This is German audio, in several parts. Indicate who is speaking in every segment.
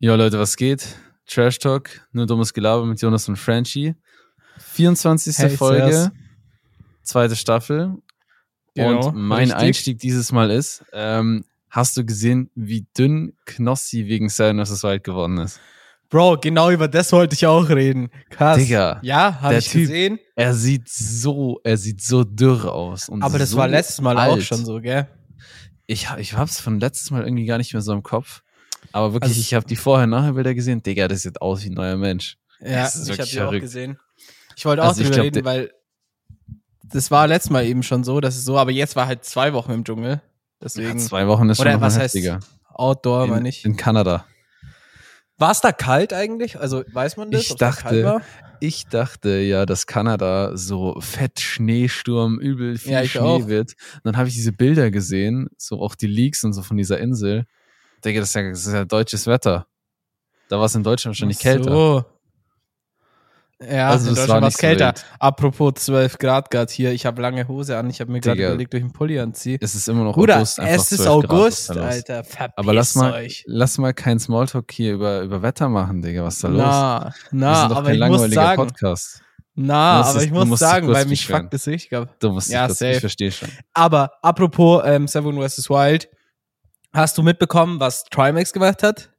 Speaker 1: Jo Leute, was geht? Trash Talk, nur dummes Gelaber mit Jonas und Frenchie. 24.
Speaker 2: Hey,
Speaker 1: Folge,
Speaker 2: Servus.
Speaker 1: zweite Staffel.
Speaker 2: Genau,
Speaker 1: und mein
Speaker 2: richtig.
Speaker 1: Einstieg dieses Mal ist, ähm, hast du gesehen, wie dünn Knossi wegen Cyrus Wild geworden ist?
Speaker 2: Bro, genau über das wollte ich auch reden. Krass.
Speaker 1: Digga,
Speaker 2: Ja, habe
Speaker 1: der
Speaker 2: ich
Speaker 1: Typ.
Speaker 2: gesehen.
Speaker 1: Er sieht so, er sieht so dürr aus. Und
Speaker 2: Aber das
Speaker 1: so
Speaker 2: war letztes Mal auch
Speaker 1: alt.
Speaker 2: schon so, gell?
Speaker 1: Ich, hab- ich hab's von letztes Mal irgendwie gar nicht mehr so im Kopf. Aber wirklich,
Speaker 2: Also-
Speaker 1: ich habe die Vorher-Nachher-Bilder gesehen. Digga, das sieht aus wie ein neuer Mensch.
Speaker 2: Ja,
Speaker 1: Das ist
Speaker 2: ich habe
Speaker 1: wirklich
Speaker 2: die auch
Speaker 1: verrückt.
Speaker 2: gesehen. Ich wollte auch
Speaker 1: Also ich
Speaker 2: drüber
Speaker 1: glaub,
Speaker 2: reden,
Speaker 1: der-
Speaker 2: weil das war letztes Mal eben schon so, das ist so, aber jetzt war halt zwei Wochen im Dschungel.
Speaker 1: Ja,
Speaker 2: Deswegen
Speaker 1: zwei Wochen ist schon
Speaker 2: Oder
Speaker 1: noch mal
Speaker 2: was heißt-
Speaker 1: heftiger.
Speaker 2: Outdoor,
Speaker 1: in,
Speaker 2: meine ich.
Speaker 1: in Kanada.
Speaker 2: War es da kalt eigentlich? Also weiß man das?
Speaker 1: Ich
Speaker 2: ob's da
Speaker 1: dachte,
Speaker 2: kalt war?
Speaker 1: Ich dachte ja, dass Kanada so fett Schneesturm, übel viel
Speaker 2: Ja, ich
Speaker 1: Schnee
Speaker 2: auch.
Speaker 1: wird. Und dann habe ich diese Bilder gesehen, so auch die Leaks und so von dieser Insel. Digga, das ist ja, das ist ja deutsches Wetter. Da war es in Deutschland wahrscheinlich
Speaker 2: Ach
Speaker 1: kälter.
Speaker 2: So. Ja,
Speaker 1: Also
Speaker 2: also in
Speaker 1: es war
Speaker 2: Deutschland war
Speaker 1: nicht
Speaker 2: es
Speaker 1: so
Speaker 2: kälter.
Speaker 1: wild.
Speaker 2: Apropos 12 Grad grad hier, ich habe lange Hose an, ich habe mir gerade
Speaker 1: Digga.
Speaker 2: überlegt, ob ich einen Pulli anziehe.
Speaker 1: Es ist immer noch
Speaker 2: Bruder,
Speaker 1: August. einfach
Speaker 2: es ist
Speaker 1: 12 Grad,
Speaker 2: August,
Speaker 1: was da los ist.
Speaker 2: Alter, verpisst
Speaker 1: Aber lass mal,
Speaker 2: euch.
Speaker 1: lass mal kein Smalltalk hier über, über Wetter machen, Digga. Was ist da los?
Speaker 2: Na,
Speaker 1: Wir
Speaker 2: na,
Speaker 1: sind doch
Speaker 2: aber
Speaker 1: kein
Speaker 2: ich muss
Speaker 1: langweiliger
Speaker 2: sagen,
Speaker 1: Podcast.
Speaker 2: na,
Speaker 1: Du musst
Speaker 2: aber
Speaker 1: es-
Speaker 2: ich
Speaker 1: du
Speaker 2: muss
Speaker 1: musst es
Speaker 2: sagen,
Speaker 1: kurz
Speaker 2: weil mich
Speaker 1: beschweren.
Speaker 2: fuckt es richtig ab.
Speaker 1: Du musst dich
Speaker 2: Ja,
Speaker 1: kurz,
Speaker 2: safe.
Speaker 1: ich verstehe schon.
Speaker 2: Aber apropos ähm, Seven vs. Wild, hast du mitbekommen, was Trimax gemacht hat?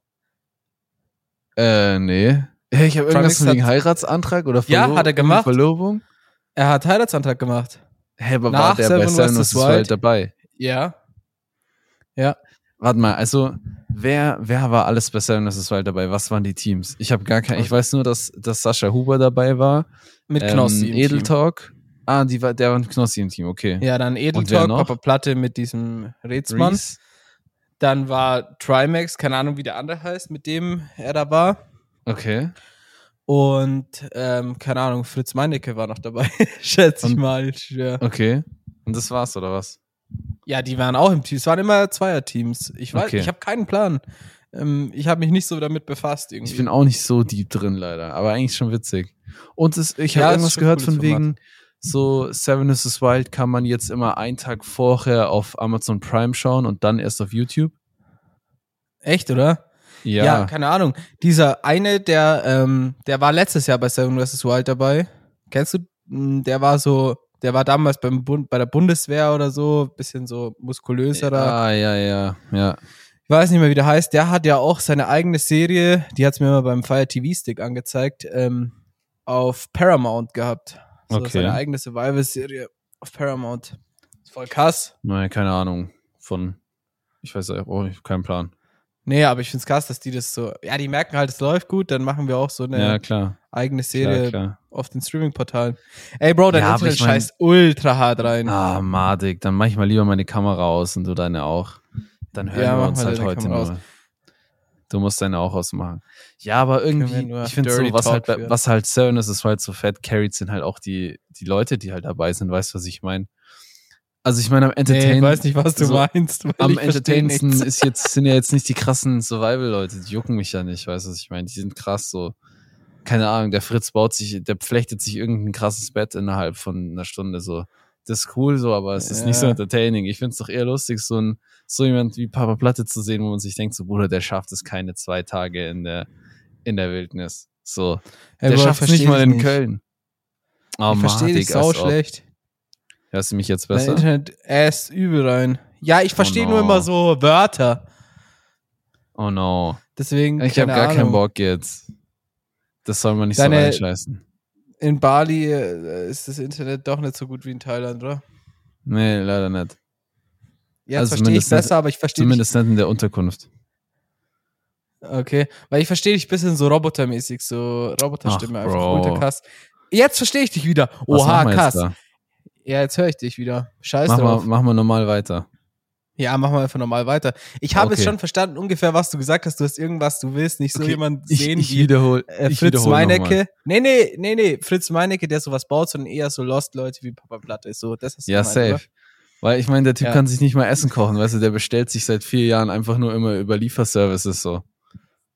Speaker 1: Äh, nee. Hey, ich habe irgendwas
Speaker 2: Trimax
Speaker 1: von wegen
Speaker 2: hat-
Speaker 1: Heiratsantrag oder
Speaker 2: Ja,
Speaker 1: Verlo-
Speaker 2: hat er gemacht.
Speaker 1: Verlobung?
Speaker 2: Er hat Heiratsantrag gemacht.
Speaker 1: Hä, aber
Speaker 2: Nach
Speaker 1: war der bei
Speaker 2: Seven
Speaker 1: Seven
Speaker 2: vs.
Speaker 1: vs. Wild
Speaker 2: Wild?
Speaker 1: dabei?
Speaker 2: Ja.
Speaker 1: Warte mal, also wer, wer war alles bei Seven vs. Wild dabei? Was waren die Teams? Ich habe gar kein, ich weiß nur, dass, dass Sascha Huber dabei war.
Speaker 2: Mit Knossi. im Team.
Speaker 1: Ähm, Edeltalk. Ah, die war, der war mit Knossi im Team, okay.
Speaker 2: Ja, dann
Speaker 1: Und wer
Speaker 2: Edeltalk,
Speaker 1: noch?
Speaker 2: Papa Platte mit diesem Rätsmann.
Speaker 1: Reese?
Speaker 2: Dann war Trimax, keine Ahnung, wie der andere heißt, mit dem er da war.
Speaker 1: Okay.
Speaker 2: Und, ähm, keine Ahnung, Fritz Meinecke war noch dabei, schätze ich
Speaker 1: Und-
Speaker 2: mal. ich schwör.
Speaker 1: Okay. Und das war's, oder was?
Speaker 2: Ja, die waren auch im Team. Es waren immer Zweierteams. Ich weiß,
Speaker 1: Okay.
Speaker 2: ich habe keinen Plan. Ähm, ich habe mich nicht so damit befasst irgendwie.
Speaker 1: Ich bin auch nicht so deep drin, leider, aber eigentlich schon witzig. Und es, ich habe
Speaker 2: Ja, es ist
Speaker 1: irgendwas
Speaker 2: schon
Speaker 1: gehört
Speaker 2: cooles
Speaker 1: von wegen, so Seven vs. Wild kann man jetzt immer einen Tag vorher auf Amazon Prime schauen und dann erst auf YouTube.
Speaker 2: Echt, oder?
Speaker 1: Ja,
Speaker 2: keine Ahnung. Dieser eine, der, ähm, der war letztes Jahr bei Seven vs. Wild dabei. Kennst du? Mm, Der war so, der war damals beim Bund, bei der Bundeswehr oder so, bisschen so muskulöser da.
Speaker 1: ah, ja, ja, ja.
Speaker 2: ich weiß nicht mehr, wie der heißt, der hat ja auch seine eigene Serie, die hat's mir immer beim Fire TV Stick angezeigt, ähm, auf Paramount gehabt. So
Speaker 1: Okay.
Speaker 2: Seine eigene Survival-Serie auf Paramount. Ist voll krass.
Speaker 1: Nein, keine Ahnung von, ich weiß auch nicht, keinen Plan.
Speaker 2: Nee, aber ich find's krass, dass die das so, ja, die merken halt, es läuft gut, dann machen wir auch so eine
Speaker 1: Ja, klar,
Speaker 2: eigene
Speaker 1: klar,
Speaker 2: Serie
Speaker 1: klar.
Speaker 2: auf den Streaming-Portalen. Ey, Bro, dein
Speaker 1: Ja, aber
Speaker 2: Internet
Speaker 1: ich mein-
Speaker 2: scheißt ultra hart rein.
Speaker 1: Ah, madig, dann mach ich mal lieber meine Kamera aus und du deine auch. Dann hören
Speaker 2: Ja,
Speaker 1: wir
Speaker 2: mach
Speaker 1: uns
Speaker 2: mal
Speaker 1: halt
Speaker 2: deine
Speaker 1: heute
Speaker 2: Kamera
Speaker 1: nur. Du musst deine auch ausmachen. Ja, aber irgendwie,
Speaker 2: Können wir nur
Speaker 1: ich finde so,
Speaker 2: Dirty
Speaker 1: was
Speaker 2: Talk
Speaker 1: halt, bei-
Speaker 2: führen.
Speaker 1: was halt Seven ist, ist halt so fett carried sind halt auch die, die Leute, die halt dabei sind, weißt du, was ich meine? Also ich meine, am
Speaker 2: nee,
Speaker 1: Entertain,
Speaker 2: ich weiß nicht, was du
Speaker 1: so
Speaker 2: meinst. weil ich
Speaker 1: am
Speaker 2: versteh
Speaker 1: entertainendsten
Speaker 2: nichts.
Speaker 1: ist jetzt, sind ja jetzt nicht die krassen Survival-Leute, die jucken mich ja nicht, weißt du, was ich meine? Die sind krass so. Keine Ahnung, der Fritz baut sich, der flechtet sich irgendein krasses Bett innerhalb von einer Stunde so. Das ist cool so, aber es ist nicht so
Speaker 2: Ja.
Speaker 1: entertaining. Ich find's doch eher lustig, so, ein, so jemand wie Papa Platte zu sehen, wo man sich denkt, so Bruder, der schafft es keine zwei Tage in der, in der Wildnis. So.
Speaker 2: Ey,
Speaker 1: der
Speaker 2: Bro,
Speaker 1: schafft es
Speaker 2: versteh
Speaker 1: nicht mal
Speaker 2: dich
Speaker 1: in Köln. Oh,
Speaker 2: Ich verstehe dich
Speaker 1: Madig, als
Speaker 2: sau
Speaker 1: ob.
Speaker 2: schlecht.
Speaker 1: Hörst du mich jetzt
Speaker 2: Dein
Speaker 1: besser?
Speaker 2: Internet äst übel rein. Ja, ich verstehe
Speaker 1: Oh no.
Speaker 2: nur immer so Wörter.
Speaker 1: Oh no.
Speaker 2: Deswegen.
Speaker 1: Ich habe
Speaker 2: keine
Speaker 1: gar keinen
Speaker 2: Ahnung.
Speaker 1: Bock jetzt. Das soll man nicht so
Speaker 2: Deine-
Speaker 1: reinschleißen.
Speaker 2: In Bali äh, ist das Internet doch nicht so gut wie in Thailand, oder?
Speaker 1: Nee, leider nicht.
Speaker 2: Jetzt
Speaker 1: Also
Speaker 2: verstehe ich
Speaker 1: zumindest nicht-
Speaker 2: besser, aber ich verstehe dich.
Speaker 1: Zumindest nicht in der Unterkunft.
Speaker 2: Okay. Weil ich verstehe dich ein bisschen so robotermäßig, so Roboterstimme
Speaker 1: Ach,
Speaker 2: einfach
Speaker 1: Bro.
Speaker 2: ultra krass. Jetzt verstehe ich dich wieder.
Speaker 1: Was
Speaker 2: Oha,
Speaker 1: machen wir
Speaker 2: krass.
Speaker 1: Jetzt da?
Speaker 2: Ja, jetzt höre ich dich wieder. Scheiß
Speaker 1: Mach
Speaker 2: drauf.
Speaker 1: mal, mach mal normal weiter.
Speaker 2: Ja, machen wir einfach normal weiter. Ich habe
Speaker 1: Okay.
Speaker 2: es schon verstanden, ungefähr, was du gesagt hast. Du hast irgendwas, du willst nicht so
Speaker 1: Okay,
Speaker 2: jemand
Speaker 1: Ich,
Speaker 2: sehen,
Speaker 1: ich
Speaker 2: wie
Speaker 1: wiederhole.
Speaker 2: äh,
Speaker 1: ich
Speaker 2: Fritz
Speaker 1: wiederhole nochmal.
Speaker 2: Meinecke. Nee, nee, nee, nee. Fritz Meinecke, der sowas baut, sondern eher so Lost-Leute wie Papa Platte. So, das hast du
Speaker 1: Ja,
Speaker 2: gemeint,
Speaker 1: safe.
Speaker 2: oder?
Speaker 1: Weil ich meine, der Typ
Speaker 2: Ja.
Speaker 1: kann sich nicht mal Essen kochen, weißt du, der bestellt sich seit vier Jahren einfach nur immer über Lieferservices so.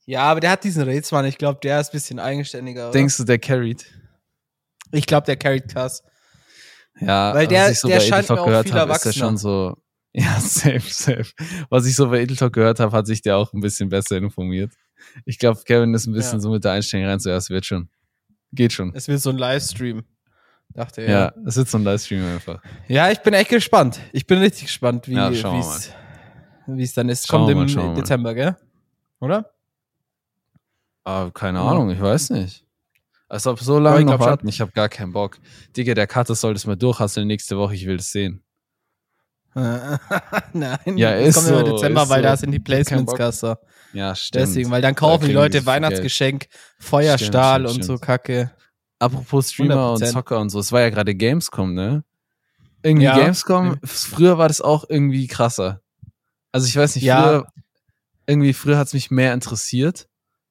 Speaker 2: Ja, aber der hat diesen Rätsmann. Ich glaube, der ist ein bisschen eigenständiger. Oder?
Speaker 1: Denkst du, der carried?
Speaker 2: ich glaube, der carried krass.
Speaker 1: Ja,
Speaker 2: Weil der-
Speaker 1: was ich so
Speaker 2: der
Speaker 1: bei
Speaker 2: scheint
Speaker 1: Edeltalk
Speaker 2: mir auch
Speaker 1: gehört
Speaker 2: viel
Speaker 1: habe, ist der
Speaker 2: erwachsener.
Speaker 1: schon so. Ja, safe, safe. Was ich so bei Edeltalk gehört habe, hat sich der auch ein bisschen besser informiert. Ich glaube, Kevin ist ein bisschen so mit der Einstellung rein, so, ja, es wird schon. Geht schon.
Speaker 2: Es wird so ein Livestream, dachte er.
Speaker 1: Ja, es wird so ein Livestream einfach.
Speaker 2: Ja, ich bin echt gespannt. Ich bin richtig gespannt, wie
Speaker 1: Ja, schauen wir
Speaker 2: es wie es dann ist.
Speaker 1: Schauen
Speaker 2: Kommt
Speaker 1: wir mal,
Speaker 2: im
Speaker 1: schauen wir mal.
Speaker 2: Dezember, gell? Oder?
Speaker 1: Aber Ah, keine
Speaker 2: Ja.
Speaker 1: Ahnung, ich weiß nicht. Als ob so
Speaker 2: Aber
Speaker 1: lange
Speaker 2: ich
Speaker 1: noch
Speaker 2: glaub schon.
Speaker 1: warten, ich habe gar keinen Bock. Digga, der Cutter soll das mal durchhasseln nächste Woche, ich will das sehen.
Speaker 2: Nein,
Speaker 1: Ja,
Speaker 2: es
Speaker 1: ist
Speaker 2: kommt immer im
Speaker 1: so,
Speaker 2: Dezember,
Speaker 1: ist
Speaker 2: weil
Speaker 1: so.
Speaker 2: da sind die Placements
Speaker 1: Bock.
Speaker 2: Kasser.
Speaker 1: Ja, stimmt.
Speaker 2: Deswegen, weil dann kaufen die
Speaker 1: kriegen die
Speaker 2: Leute
Speaker 1: so
Speaker 2: Weihnachtsgeschenk, Feuerstahl
Speaker 1: Stimmt, stimmt,
Speaker 2: und so
Speaker 1: stimmt.
Speaker 2: Kacke.
Speaker 1: Apropos Streamer
Speaker 2: 100%.
Speaker 1: und Zocker und so, es war ja gerade Gamescom, ne? Irgendwie
Speaker 2: Ja.
Speaker 1: Gamescom, f- früher war das auch irgendwie krasser. Also ich weiß nicht,
Speaker 2: Ja.
Speaker 1: früher, irgendwie früher hat's mich mehr interessiert,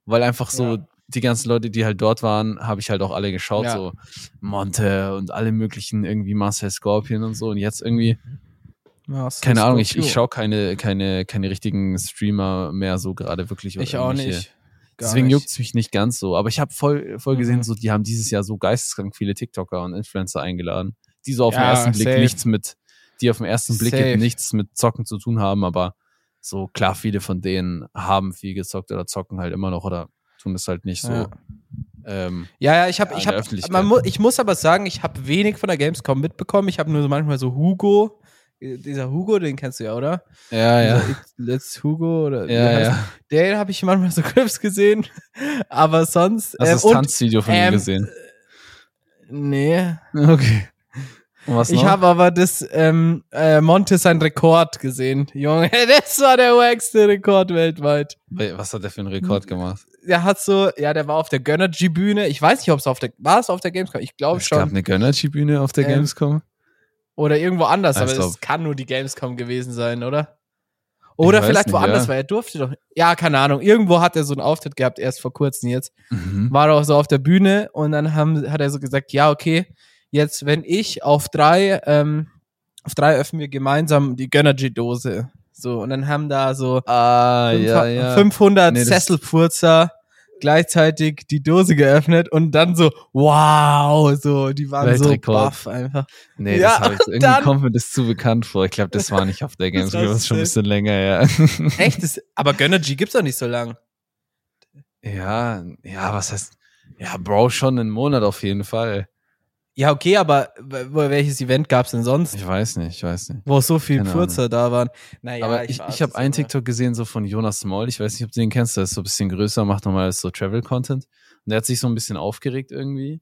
Speaker 1: weil einfach so
Speaker 2: Ja.
Speaker 1: die ganzen Leute, die halt dort waren, habe ich halt auch alle geschaut,
Speaker 2: Ja.
Speaker 1: so Monte und alle möglichen irgendwie Marcel Scorpion und so und jetzt irgendwie,
Speaker 2: Ja, so
Speaker 1: keine
Speaker 2: ist
Speaker 1: Ahnung,
Speaker 2: gut.
Speaker 1: ich, ich schaue keine, keine, keine richtigen Streamer mehr so gerade wirklich. oder
Speaker 2: Ich auch
Speaker 1: irgendwelche-
Speaker 2: nicht. Gar
Speaker 1: Deswegen
Speaker 2: nicht.
Speaker 1: juckt's mich nicht ganz so. Aber ich habe voll, voll gesehen,
Speaker 2: Mhm.
Speaker 1: so, die haben dieses Jahr so geisteskrank viele TikToker und Influencer eingeladen, die so auf den
Speaker 2: Ja,
Speaker 1: ersten Blick
Speaker 2: safe.
Speaker 1: nichts mit, die auf den ersten Blick
Speaker 2: Safe.
Speaker 1: nichts mit Zocken zu tun haben, aber so klar, viele von denen haben viel gezockt oder zocken halt immer noch oder tun es halt nicht so.
Speaker 2: Ja.
Speaker 1: Ähm,
Speaker 2: Ja, ja, ich habe,
Speaker 1: Ja,
Speaker 2: ich
Speaker 1: in der
Speaker 2: habe,
Speaker 1: Öffentlichkeit.
Speaker 2: man mu ich muss aber sagen, ich habe wenig von der Gamescom mitbekommen. Ich habe nur so manchmal so Hugo, äh, dieser Hugo, den kennst du ja, oder?
Speaker 1: ja, Ah, ja.
Speaker 2: Dieser It's- Let's Hugo oder wie
Speaker 1: Ja,
Speaker 2: heißt-
Speaker 1: ja.
Speaker 2: Den habe ich manchmal so Clips gesehen, aber sonst
Speaker 1: Hast du
Speaker 2: ähm,
Speaker 1: das
Speaker 2: und-
Speaker 1: Tanzvideo von ihm
Speaker 2: ähm,
Speaker 1: gesehen?
Speaker 2: Nee,
Speaker 1: Okay. Und was
Speaker 2: ich
Speaker 1: noch?
Speaker 2: habe aber das ähm, äh, Monte sein Rekord gesehen, Junge. Das war der wackste Rekord weltweit.
Speaker 1: was hat der für einen Rekord
Speaker 2: Hm,
Speaker 1: gemacht?
Speaker 2: Der hat so, ja, der war auf der Gönnergy Bühne. Ich weiß nicht, ob es auf der war es auf der Gamescom. Ich glaube
Speaker 1: Es gab
Speaker 2: schon
Speaker 1: eine Gönnergy-Bühne auf der
Speaker 2: Ähm,
Speaker 1: Gamescom.
Speaker 2: Oder irgendwo anders,
Speaker 1: Ich
Speaker 2: aber
Speaker 1: glaub-
Speaker 2: es kann nur die Gamescom gewesen sein, oder? Oder
Speaker 1: weiß
Speaker 2: vielleicht
Speaker 1: nicht,
Speaker 2: woanders,
Speaker 1: ja.
Speaker 2: weil er durfte doch. Ja, keine Ahnung. Irgendwo hat er so einen Auftritt gehabt, erst vor kurzem jetzt.
Speaker 1: Mhm.
Speaker 2: War er auch so auf der Bühne und dann haben, hat er so gesagt, ja, okay, jetzt, wenn ich auf drei, ähm, auf drei öffnen wir gemeinsam die Gönnergy-Dose. So, und dann haben da so
Speaker 1: Ah,
Speaker 2: fünf-
Speaker 1: ja, ja.
Speaker 2: 500
Speaker 1: Nee, das-
Speaker 2: Sesselpurzer gleichzeitig die Dose geöffnet und dann so, wow, so, die waren so
Speaker 1: Weltrekord.
Speaker 2: baff einfach.
Speaker 1: Nee,
Speaker 2: Ja,
Speaker 1: das habe ich irgendwie
Speaker 2: dann-
Speaker 1: kommt mir das zu bekannt vor. Ich glaube, das war nicht auf der Gamescom,
Speaker 2: war
Speaker 1: das ist schon ein
Speaker 2: sick.
Speaker 1: bisschen länger, ja.
Speaker 2: Echt? Das, aber Gönnergy gibt's doch nicht so lang.
Speaker 1: ja, ja, was heißt ja, Bro, schon einen Monat auf jeden Fall.
Speaker 2: Ja, okay, aber w- w- welches Event gab's denn sonst,
Speaker 1: Ich weiß nicht, ich weiß nicht.
Speaker 2: wo so viel
Speaker 1: Keine
Speaker 2: Furzer da waren? Naja,
Speaker 1: Aber ich,
Speaker 2: weiß
Speaker 1: ich habe
Speaker 2: es
Speaker 1: einen
Speaker 2: immer.
Speaker 1: TikTok gesehen, so von Jonas Moll. Ich weiß nicht, ob du den kennst. Der ist so ein bisschen größer, macht normal so Travel-Content. Und der hat sich so ein bisschen aufgeregt irgendwie.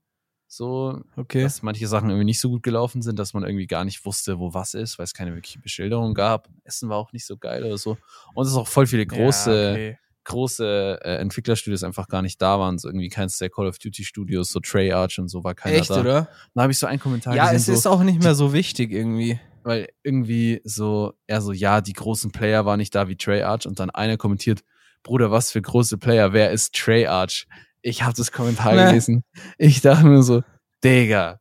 Speaker 1: So,
Speaker 2: Okay.
Speaker 1: dass manche Sachen irgendwie nicht so gut gelaufen sind, dass man irgendwie gar nicht wusste, wo was ist, weil es keine wirkliche Beschilderung gab. Essen war auch nicht so geil oder so. Und es ist auch voll viele große.
Speaker 2: Ja, okay.
Speaker 1: große äh, Entwicklerstudios einfach gar nicht da waren. So irgendwie keins der Call of Duty Studios, so Treyarch und so war keiner
Speaker 2: Echt,
Speaker 1: da.
Speaker 2: oder?
Speaker 1: Da habe ich so einen Kommentar
Speaker 2: Ja, es
Speaker 1: gesehen,
Speaker 2: ist
Speaker 1: so,
Speaker 2: auch nicht mehr so wichtig irgendwie.
Speaker 1: weil irgendwie so, er so, ja, die großen Player waren nicht da wie Treyarch und dann einer kommentiert, Bruder, was für große Player, wer ist Treyarch? Ich habe das Kommentar
Speaker 2: Nee.
Speaker 1: gelesen. Ich dachte mir so, Digga,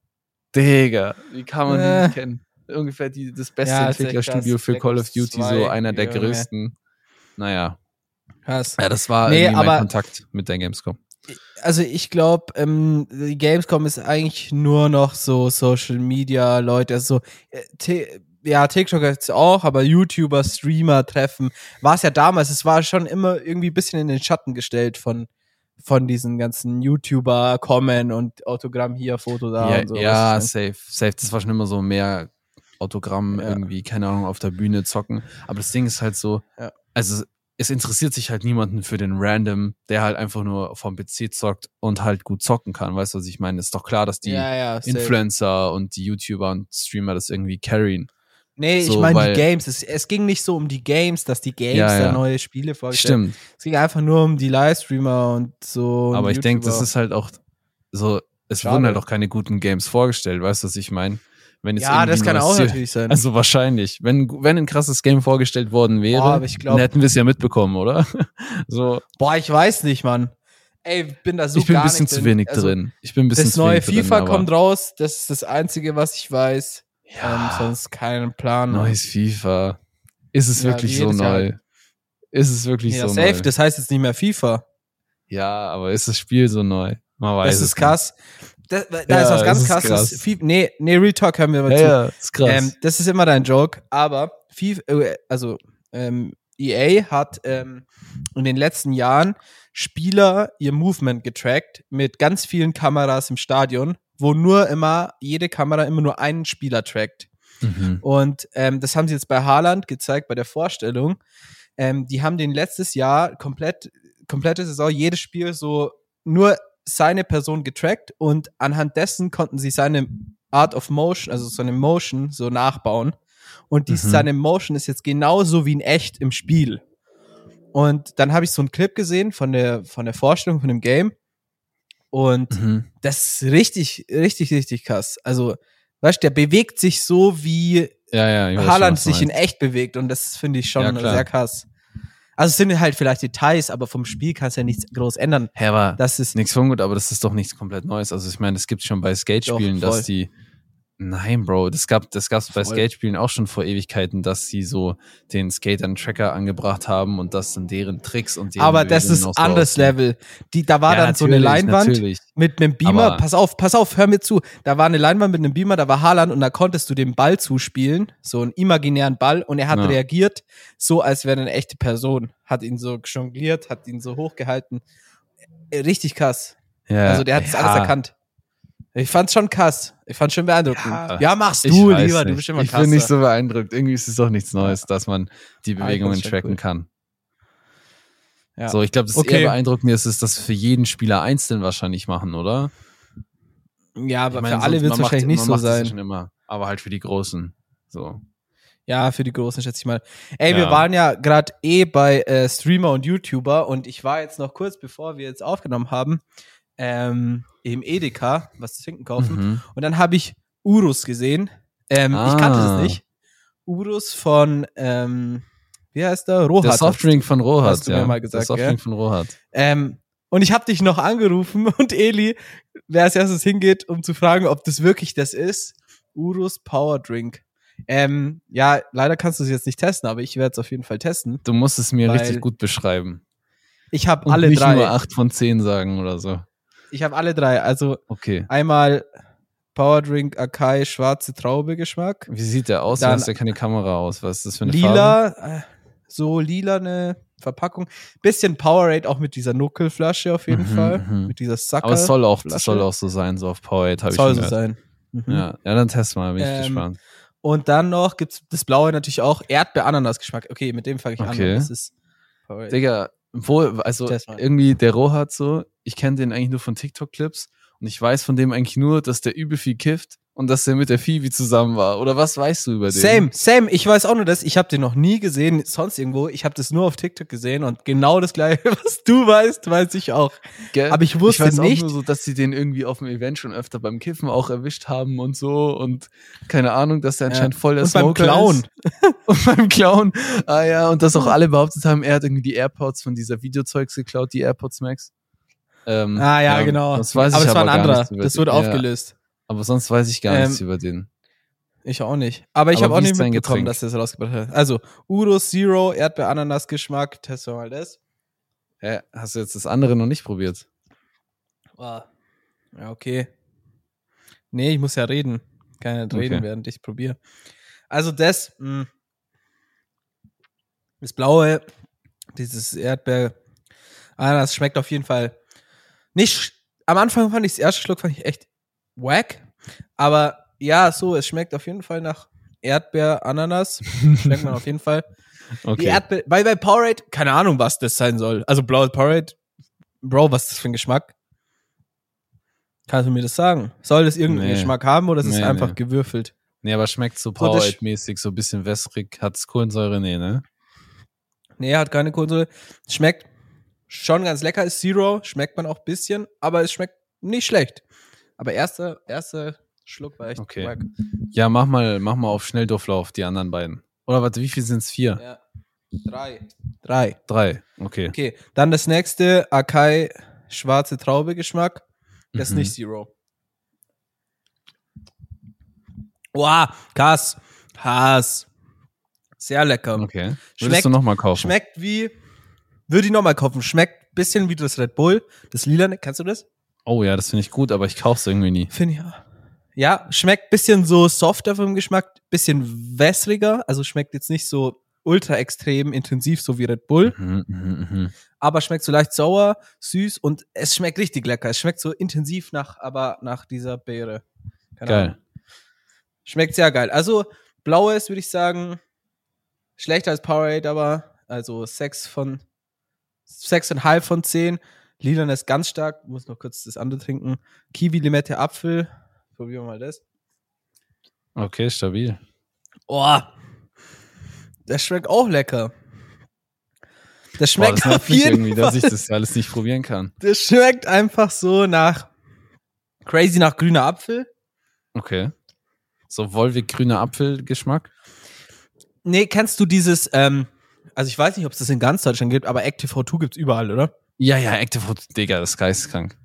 Speaker 1: Digga, wie kann man die
Speaker 2: Nee.
Speaker 1: nicht kennen? Ungefähr die, das beste
Speaker 2: Ja, ist echt
Speaker 1: Entwicklerstudio
Speaker 2: krass.
Speaker 1: für
Speaker 2: Black
Speaker 1: Call of
Speaker 2: Ops
Speaker 1: Duty,
Speaker 2: 2,
Speaker 1: so einer der
Speaker 2: Junge.
Speaker 1: größten. Naja,
Speaker 2: Krass.
Speaker 1: ja, das war
Speaker 2: Nee,
Speaker 1: irgendwie mein
Speaker 2: aber-
Speaker 1: Kontakt mit der Gamescom.
Speaker 2: Also ich glaube, ähm, die Gamescom ist eigentlich nur noch so Social Media Leute, also so, äh, T- ja, TikTok jetzt auch, aber YouTuber, Streamer treffen. War es ja damals, es war schon immer irgendwie ein bisschen in den Schatten gestellt von, von diesen ganzen YouTuber kommen und Autogramm hier, Foto da
Speaker 1: Ja,
Speaker 2: und so.
Speaker 1: ja
Speaker 2: weißt ne?
Speaker 1: safe, safe. Das war schon immer so mehr Autogramm
Speaker 2: Ja.
Speaker 1: irgendwie, keine Ahnung, auf der Bühne zocken. Aber das Ding ist halt so,
Speaker 2: Ja.
Speaker 1: also es interessiert sich halt niemanden für den Random, der halt einfach nur vom PC zockt und halt gut zocken kann. Weißt du, was ich meine? Ist doch klar, dass
Speaker 2: du,
Speaker 1: die
Speaker 2: ja, ja, safe.
Speaker 1: Influencer und die YouTuber und Streamer das irgendwie carryen.
Speaker 2: Nee, ich
Speaker 1: so,
Speaker 2: meine
Speaker 1: weil-
Speaker 2: die Games. Es, es ging nicht so um die Games, dass die Games
Speaker 1: Ja, ja.
Speaker 2: da neue Spiele vorgestellt
Speaker 1: Stimmt.
Speaker 2: Es ging einfach nur um die Livestreamer und so. und
Speaker 1: Aber ich denke, das
Speaker 2: YouTuber.
Speaker 1: ist halt auch so, es
Speaker 2: Schade.
Speaker 1: wurden halt auch keine guten Games vorgestellt. Weißt du, was ich meine? Wenn jetzt
Speaker 2: Ja,
Speaker 1: irgendwie
Speaker 2: das kann
Speaker 1: nur
Speaker 2: auch
Speaker 1: Ser-
Speaker 2: natürlich sein.
Speaker 1: Also wahrscheinlich. Wenn, wenn ein krasses Game vorgestellt worden wäre,
Speaker 2: Boah, aber ich glaub-
Speaker 1: dann hätten wir es ja mitbekommen, oder? so,
Speaker 2: Boah, ich weiß nicht, Mann. Ey, ich bin da so
Speaker 1: ich bin
Speaker 2: gar
Speaker 1: ein bisschen
Speaker 2: nicht
Speaker 1: zu wenig
Speaker 2: Also,
Speaker 1: drin. Ich bin ein bisschen
Speaker 2: Das
Speaker 1: zu
Speaker 2: neue
Speaker 1: wenig drin,
Speaker 2: FIFA
Speaker 1: aber-
Speaker 2: kommt raus, das ist das Einzige, was ich weiß.
Speaker 1: Ja,
Speaker 2: Ähm, sonst keinen Plan.
Speaker 1: neues FIFA. Ist es
Speaker 2: Ja,
Speaker 1: wirklich
Speaker 2: wie
Speaker 1: so
Speaker 2: jedes Jahr
Speaker 1: neu?
Speaker 2: halt.
Speaker 1: Ist es wirklich
Speaker 2: ja,
Speaker 1: so
Speaker 2: safe,
Speaker 1: neu?
Speaker 2: das heißt jetzt nicht mehr FIFA.
Speaker 1: Ja, aber ist das Spiel so neu? Man weiß
Speaker 2: das
Speaker 1: es
Speaker 2: ist krass. Das, da
Speaker 1: Ja,
Speaker 2: ist was
Speaker 1: das
Speaker 2: ganz
Speaker 1: ist
Speaker 2: krasses.
Speaker 1: krass.
Speaker 2: Fi- nee, nee, Retalk hören wir mal
Speaker 1: Nicht.
Speaker 2: zu.
Speaker 1: Ja, ja, ist krass.
Speaker 2: Ähm, das ist immer dein Joke, aber FIFA, äh, also ähm, EA hat ähm, in den letzten Jahren Spieler ihr Movement getrackt mit ganz vielen Kameras im Stadion, wo nur immer jede Kamera immer nur einen Spieler trackt.
Speaker 1: Mhm.
Speaker 2: Und ähm, das haben sie jetzt bei Haaland gezeigt bei der Vorstellung. Ähm, die haben den letztes Jahr komplett, komplette Saison, jedes Spiel so nur seine Person getrackt und anhand dessen konnten sie seine Art of Motion, also so eine Motion, so nachbauen. Und dies,
Speaker 1: Mhm.
Speaker 2: seine Motion ist jetzt genauso wie in echt im Spiel. Und dann habe ich so einen Clip gesehen von der, von der Vorstellung von dem Game. Und
Speaker 1: Mhm.
Speaker 2: das ist richtig, richtig, richtig krass. Also, weißt du, der bewegt sich so, wie
Speaker 1: Ja, ja. ich weiß schon,
Speaker 2: Haaland
Speaker 1: was du
Speaker 2: sich in
Speaker 1: meinst.
Speaker 2: echt bewegt und das finde ich schon
Speaker 1: Ja, klar.
Speaker 2: sehr krass. Also es sind halt vielleicht Details, aber vom Spiel kannst du ja nichts groß ändern.
Speaker 1: Hä, aber
Speaker 2: Das ist
Speaker 1: nichts von gut, aber das ist doch nichts komplett Neues. Also ich meine, es gibt schon bei Skate-Spielen,
Speaker 2: Doch, voll.
Speaker 1: dass die. Nein, Bro, das gab das gab's bei
Speaker 2: Voll.
Speaker 1: Skate-Spielen auch schon vor Ewigkeiten, dass sie so den Skatern Tracker angebracht haben und das dann deren Tricks und deren
Speaker 2: aber das
Speaker 1: Bewegungen
Speaker 2: ist
Speaker 1: auch so
Speaker 2: anderes
Speaker 1: aussehen.
Speaker 2: Level. Die, da war
Speaker 1: Ja,
Speaker 2: dann so eine
Speaker 1: natürlich,
Speaker 2: Leinwand
Speaker 1: Natürlich.
Speaker 2: mit einem Beamer.
Speaker 1: Aber-
Speaker 2: pass auf, pass auf, hör mir zu. Da war eine Leinwand mit einem Beamer, da war Haaland und da konntest du den Ball zuspielen, so einen imaginären Ball und er hat
Speaker 1: Ja.
Speaker 2: reagiert, so als wäre eine echte Person. Hat ihn so jongliert, hat ihn so hochgehalten. Äh, Richtig krass.
Speaker 1: Ja,
Speaker 2: Also der hat es
Speaker 1: Äh, ja.
Speaker 2: alles erkannt. Ich fand's schon krass. Ich fand's schon beeindruckend.
Speaker 1: Ja.
Speaker 2: Ja, machst
Speaker 1: Ich
Speaker 2: du
Speaker 1: weiß
Speaker 2: lieber,
Speaker 1: nicht.
Speaker 2: du bist immer
Speaker 1: Ich
Speaker 2: krasser.
Speaker 1: bin nicht so beeindruckt. Irgendwie ist es doch nichts Neues, dass man die
Speaker 2: Ah, ich
Speaker 1: Bewegungen
Speaker 2: fand's schon
Speaker 1: tracken
Speaker 2: cool.
Speaker 1: kann.
Speaker 2: Ja.
Speaker 1: So, ich glaube, das
Speaker 2: Okay.
Speaker 1: eher beeindruckende ist, ist, dass für jeden Spieler einzeln wahrscheinlich machen, oder?
Speaker 2: ja, aber
Speaker 1: Ich meine,
Speaker 2: für alle
Speaker 1: sonst- man
Speaker 2: wird es
Speaker 1: macht-
Speaker 2: wahrscheinlich nicht
Speaker 1: man
Speaker 2: so
Speaker 1: macht das ja
Speaker 2: sein.
Speaker 1: Schon immer, aber halt für die Großen. So.
Speaker 2: Ja, für die Großen schätze ich mal. Ey,
Speaker 1: Ja.
Speaker 2: wir waren ja gerade eh bei äh, Streamer und YouTuber und ich war jetzt noch kurz, bevor wir jetzt aufgenommen haben, ähm, im Edeka was zu trinken kaufen.
Speaker 1: Mhm.
Speaker 2: Und dann habe ich Urus gesehen. Ähm, Ich kannte
Speaker 1: Ah.
Speaker 2: das nicht. Urus von, ähm, wie heißt der? Rohat.
Speaker 1: Der Softdrink von Rohat.
Speaker 2: Hast du mir
Speaker 1: ja.
Speaker 2: mal gesagt,
Speaker 1: Der Softdrink von Rohat.
Speaker 2: Ähm, und ich habe dich noch angerufen und Eli, wer als erstes hingeht, um zu fragen, ob das wirklich das ist. Urus Power Drink. Ähm, ja, leider kannst du es jetzt nicht testen, aber ich werde es auf jeden Fall testen.
Speaker 1: Du musst es mir
Speaker 2: Weil-
Speaker 1: richtig gut beschreiben.
Speaker 2: Ich habe
Speaker 1: Und
Speaker 2: alle
Speaker 1: nicht nur
Speaker 2: drei.
Speaker 1: 8 von 10 sagen oder so.
Speaker 2: Ich habe alle drei. Also
Speaker 1: Okay.
Speaker 2: einmal Power Drink Akai schwarze Traube Geschmack.
Speaker 1: Wie sieht der aus? Du
Speaker 2: Dann-
Speaker 1: hast ja keine Kamera aus. Was ist das für eine Farbe?
Speaker 2: Lila, äh, so lila eine Verpackung. Bisschen Powerade auch mit dieser Nuckelflasche auf jeden
Speaker 1: Mhm,
Speaker 2: Fall.
Speaker 1: mhm.
Speaker 2: Mit dieser Sacker.
Speaker 1: Aber es soll auch,
Speaker 2: Flasche.
Speaker 1: das soll auch so sein, so auf Powerade habe ich
Speaker 2: Soll
Speaker 1: schon
Speaker 2: so
Speaker 1: gehört.
Speaker 2: sein. Mhm.
Speaker 1: Ja. ja, dann test mal, bin ich
Speaker 2: Ähm,
Speaker 1: gespannt.
Speaker 2: Und dann noch gibt's das blaue natürlich auch Erdbeer-Ananas-Geschmack. Okay, mit dem fange ich
Speaker 1: Okay.
Speaker 2: an. Das ist Powerade.
Speaker 1: Digga, wo, also
Speaker 2: Test mal.
Speaker 1: irgendwie der Rohat so, ich kenne den eigentlich nur von TikTok-Clips und ich weiß von dem eigentlich nur, dass der übel viel kifft und dass der mit der Phoebe zusammen war. Oder was weißt du über den?
Speaker 2: Same, same. Ich weiß auch nur das. Ich habe den noch nie gesehen, sonst irgendwo. Ich habe das nur auf TikTok gesehen und genau das gleiche, was du weißt, weiß ich auch.
Speaker 1: Gell?
Speaker 2: Aber ich wusste
Speaker 1: ich weiß
Speaker 2: nicht.
Speaker 1: auch nur so, dass sie den irgendwie auf dem Event schon öfter beim Kiffen auch erwischt haben und so und keine Ahnung, dass der
Speaker 2: Ja.
Speaker 1: anscheinend voll der
Speaker 2: Und beim
Speaker 1: Smoker
Speaker 2: Clown.
Speaker 1: ist. Und beim Clown. Ah ja, und dass auch alle behauptet haben, er hat irgendwie die AirPods von dieser Videozeugs geklaut, die AirPods Max. Ähm,
Speaker 2: ah ja, genau.
Speaker 1: Das weiß
Speaker 2: aber
Speaker 1: ich
Speaker 2: es war ein
Speaker 1: gar
Speaker 2: anderer.
Speaker 1: nichts über
Speaker 2: Das
Speaker 1: den.
Speaker 2: wurde
Speaker 1: Ja,
Speaker 2: aufgelöst.
Speaker 1: Aber sonst weiß ich gar
Speaker 2: Ähm,
Speaker 1: nichts über den.
Speaker 2: Ich auch nicht. Aber ich
Speaker 1: Aber
Speaker 2: habe auch
Speaker 1: wie
Speaker 2: nicht
Speaker 1: ist dein
Speaker 2: mitbekommen,
Speaker 1: Getränk?
Speaker 2: dass der das rausgebracht hat. Also, Udo Zero, Erdbeer-Ananas-Geschmack. Testen wir mal das.
Speaker 1: Hä, hast du jetzt das andere noch nicht probiert?
Speaker 2: Wow. Ja, okay. Nee, ich muss ja reden. Kann ja nicht
Speaker 1: Okay.
Speaker 2: reden, während ich probiere. Also das, mh, das Blaue, dieses Erdbeer, Ananas schmeckt auf jeden Fall nicht. sch- Am Anfang fand ich das erste Schluck fand ich echt wack, aber ja, so es schmeckt auf jeden Fall nach Erdbeer, Ananas schmeckt man auf jeden Fall. Die
Speaker 1: Okay.
Speaker 2: Erdbeer, bei, bei Powerade, keine Ahnung, was das sein soll. Also blaues Powerade, Bro, was ist das für ein Geschmack? Kannst du mir das sagen? Soll das irgendeinen
Speaker 1: Nee.
Speaker 2: Geschmack haben oder ist es
Speaker 1: Nee,
Speaker 2: einfach
Speaker 1: nee.
Speaker 2: gewürfelt?
Speaker 1: Nee, aber schmeckt so
Speaker 2: das-
Speaker 1: Powerade-mäßig, so ein bisschen wässrig. Hat's Kohlensäure? Nee, ne?
Speaker 2: Nee, hat keine Kohlensäure. Schmeckt schon ganz lecker, ist Zero, schmeckt man auch ein bisschen, aber es schmeckt nicht schlecht. Aber erster, erster Schluck war echt
Speaker 1: Okay.
Speaker 2: wack.
Speaker 1: Ja, mach mal, mach mal auf Schnelldurchlauf die anderen beiden. Oder warte, wie viel sind's? Vier?
Speaker 2: Ja. Drei. Drei.
Speaker 1: Drei. Okay.
Speaker 2: Okay, dann das nächste, Akai schwarze Traube Geschmack. Das ist
Speaker 1: Mhm.
Speaker 2: nicht Zero. Wow, krass. Krass. Sehr lecker.
Speaker 1: Okay. Würdest
Speaker 2: Schmeckt-
Speaker 1: du nochmal kaufen?
Speaker 2: Schmeckt wie, würde ich nochmal kaufen, schmeckt ein bisschen wie das Red Bull, das Lila, kannst du das?
Speaker 1: Oh ja, das finde ich gut, aber ich kauf's irgendwie nie.
Speaker 2: Finde ich auch. Ja, schmeckt ein bisschen so softer vom Geschmack, bisschen wässriger, also schmeckt jetzt nicht so ultra extrem intensiv, so wie Red Bull,
Speaker 1: Mhm, mhm, mhm.
Speaker 2: aber schmeckt so leicht sauer, süß und es schmeckt richtig lecker. Es schmeckt so intensiv nach, aber nach dieser Beere. Keine
Speaker 1: Geil.
Speaker 2: Schmeckt sehr geil. Also, blaues würde ich sagen, schlechter als Powerade, aber also 6 von 6,5 von 10. Lilan ist ganz stark, muss noch kurz das andere trinken. Kiwi, Limette, Apfel. Probieren wir mal das.
Speaker 1: Okay, stabil.
Speaker 2: Oh, das schmeckt auch lecker. Das
Speaker 1: Boah,
Speaker 2: schmeckt
Speaker 1: das nervt
Speaker 2: auf
Speaker 1: mich
Speaker 2: jeden
Speaker 1: irgendwie,
Speaker 2: Fall.
Speaker 1: dass ich das alles nicht probieren kann.
Speaker 2: Das schmeckt einfach so nach crazy nach grüner Apfel.
Speaker 1: Okay. So wolvig grüner Apfelgeschmack.
Speaker 2: Nee, kennst du dieses, ähm, also ich weiß nicht, ob es das in ganz Deutschland gibt, aber ActiveO2 gibt's überall, oder?
Speaker 1: Ja, ja, Active O2, Digga, das ist geisteskrank.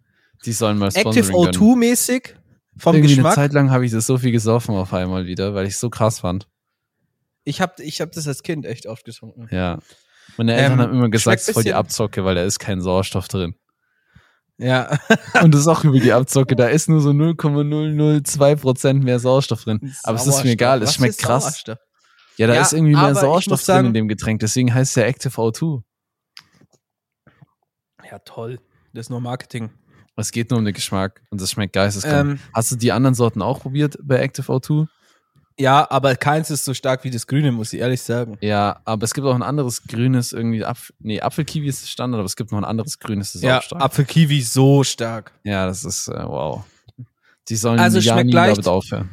Speaker 1: Die sollen mal Sponsoring
Speaker 2: Active
Speaker 1: gönnen.
Speaker 2: O2-mäßig vom
Speaker 1: Irgendwie eine
Speaker 2: Geschmack.
Speaker 1: Zeit lang habe ich das so viel gesoffen auf einmal wieder, weil ich es so krass fand.
Speaker 2: Ich hab, ich hab das als Kind echt oft getrunken.
Speaker 1: Ja. Meine Eltern
Speaker 2: Ähm,
Speaker 1: haben immer gesagt,
Speaker 2: schmeckt
Speaker 1: es ist voll die
Speaker 2: bisschen-
Speaker 1: Abzocke, weil da ist kein Sauerstoff drin.
Speaker 2: Ja.
Speaker 1: Und das ist auch über die Abzocke, da ist nur so 0,002% mehr Sauerstoff drin. Aber es ist mir egal, es
Speaker 2: Was
Speaker 1: schmeckt
Speaker 2: ist
Speaker 1: krass.
Speaker 2: Sauerstoff?
Speaker 1: Ja, da
Speaker 2: Ja,
Speaker 1: ist irgendwie
Speaker 2: aber
Speaker 1: mehr
Speaker 2: ich
Speaker 1: Sauerstoff
Speaker 2: muss
Speaker 1: drin
Speaker 2: sagen-
Speaker 1: in dem Getränk, deswegen heißt es ja Active O2.
Speaker 2: Ja, toll. Das ist nur Marketing.
Speaker 1: Es geht nur um den Geschmack und das schmeckt geisteskrank.
Speaker 2: Ähm,
Speaker 1: Hast du die anderen Sorten auch probiert bei Active O2?
Speaker 2: ja, aber keins ist so stark wie das Grüne, muss ich ehrlich sagen.
Speaker 1: Ja, aber es gibt auch ein anderes grünes irgendwie Apf nee, Apfelkiwi ist Standard, aber es gibt noch ein anderes grünes, das ist
Speaker 2: Ja,
Speaker 1: auch stark.
Speaker 2: Apfel-Kiwi so stark.
Speaker 1: ja, das ist äh, wow. Die sollen
Speaker 2: Also
Speaker 1: ja
Speaker 2: schmeckt
Speaker 1: nie
Speaker 2: leicht.
Speaker 1: damit aufhören.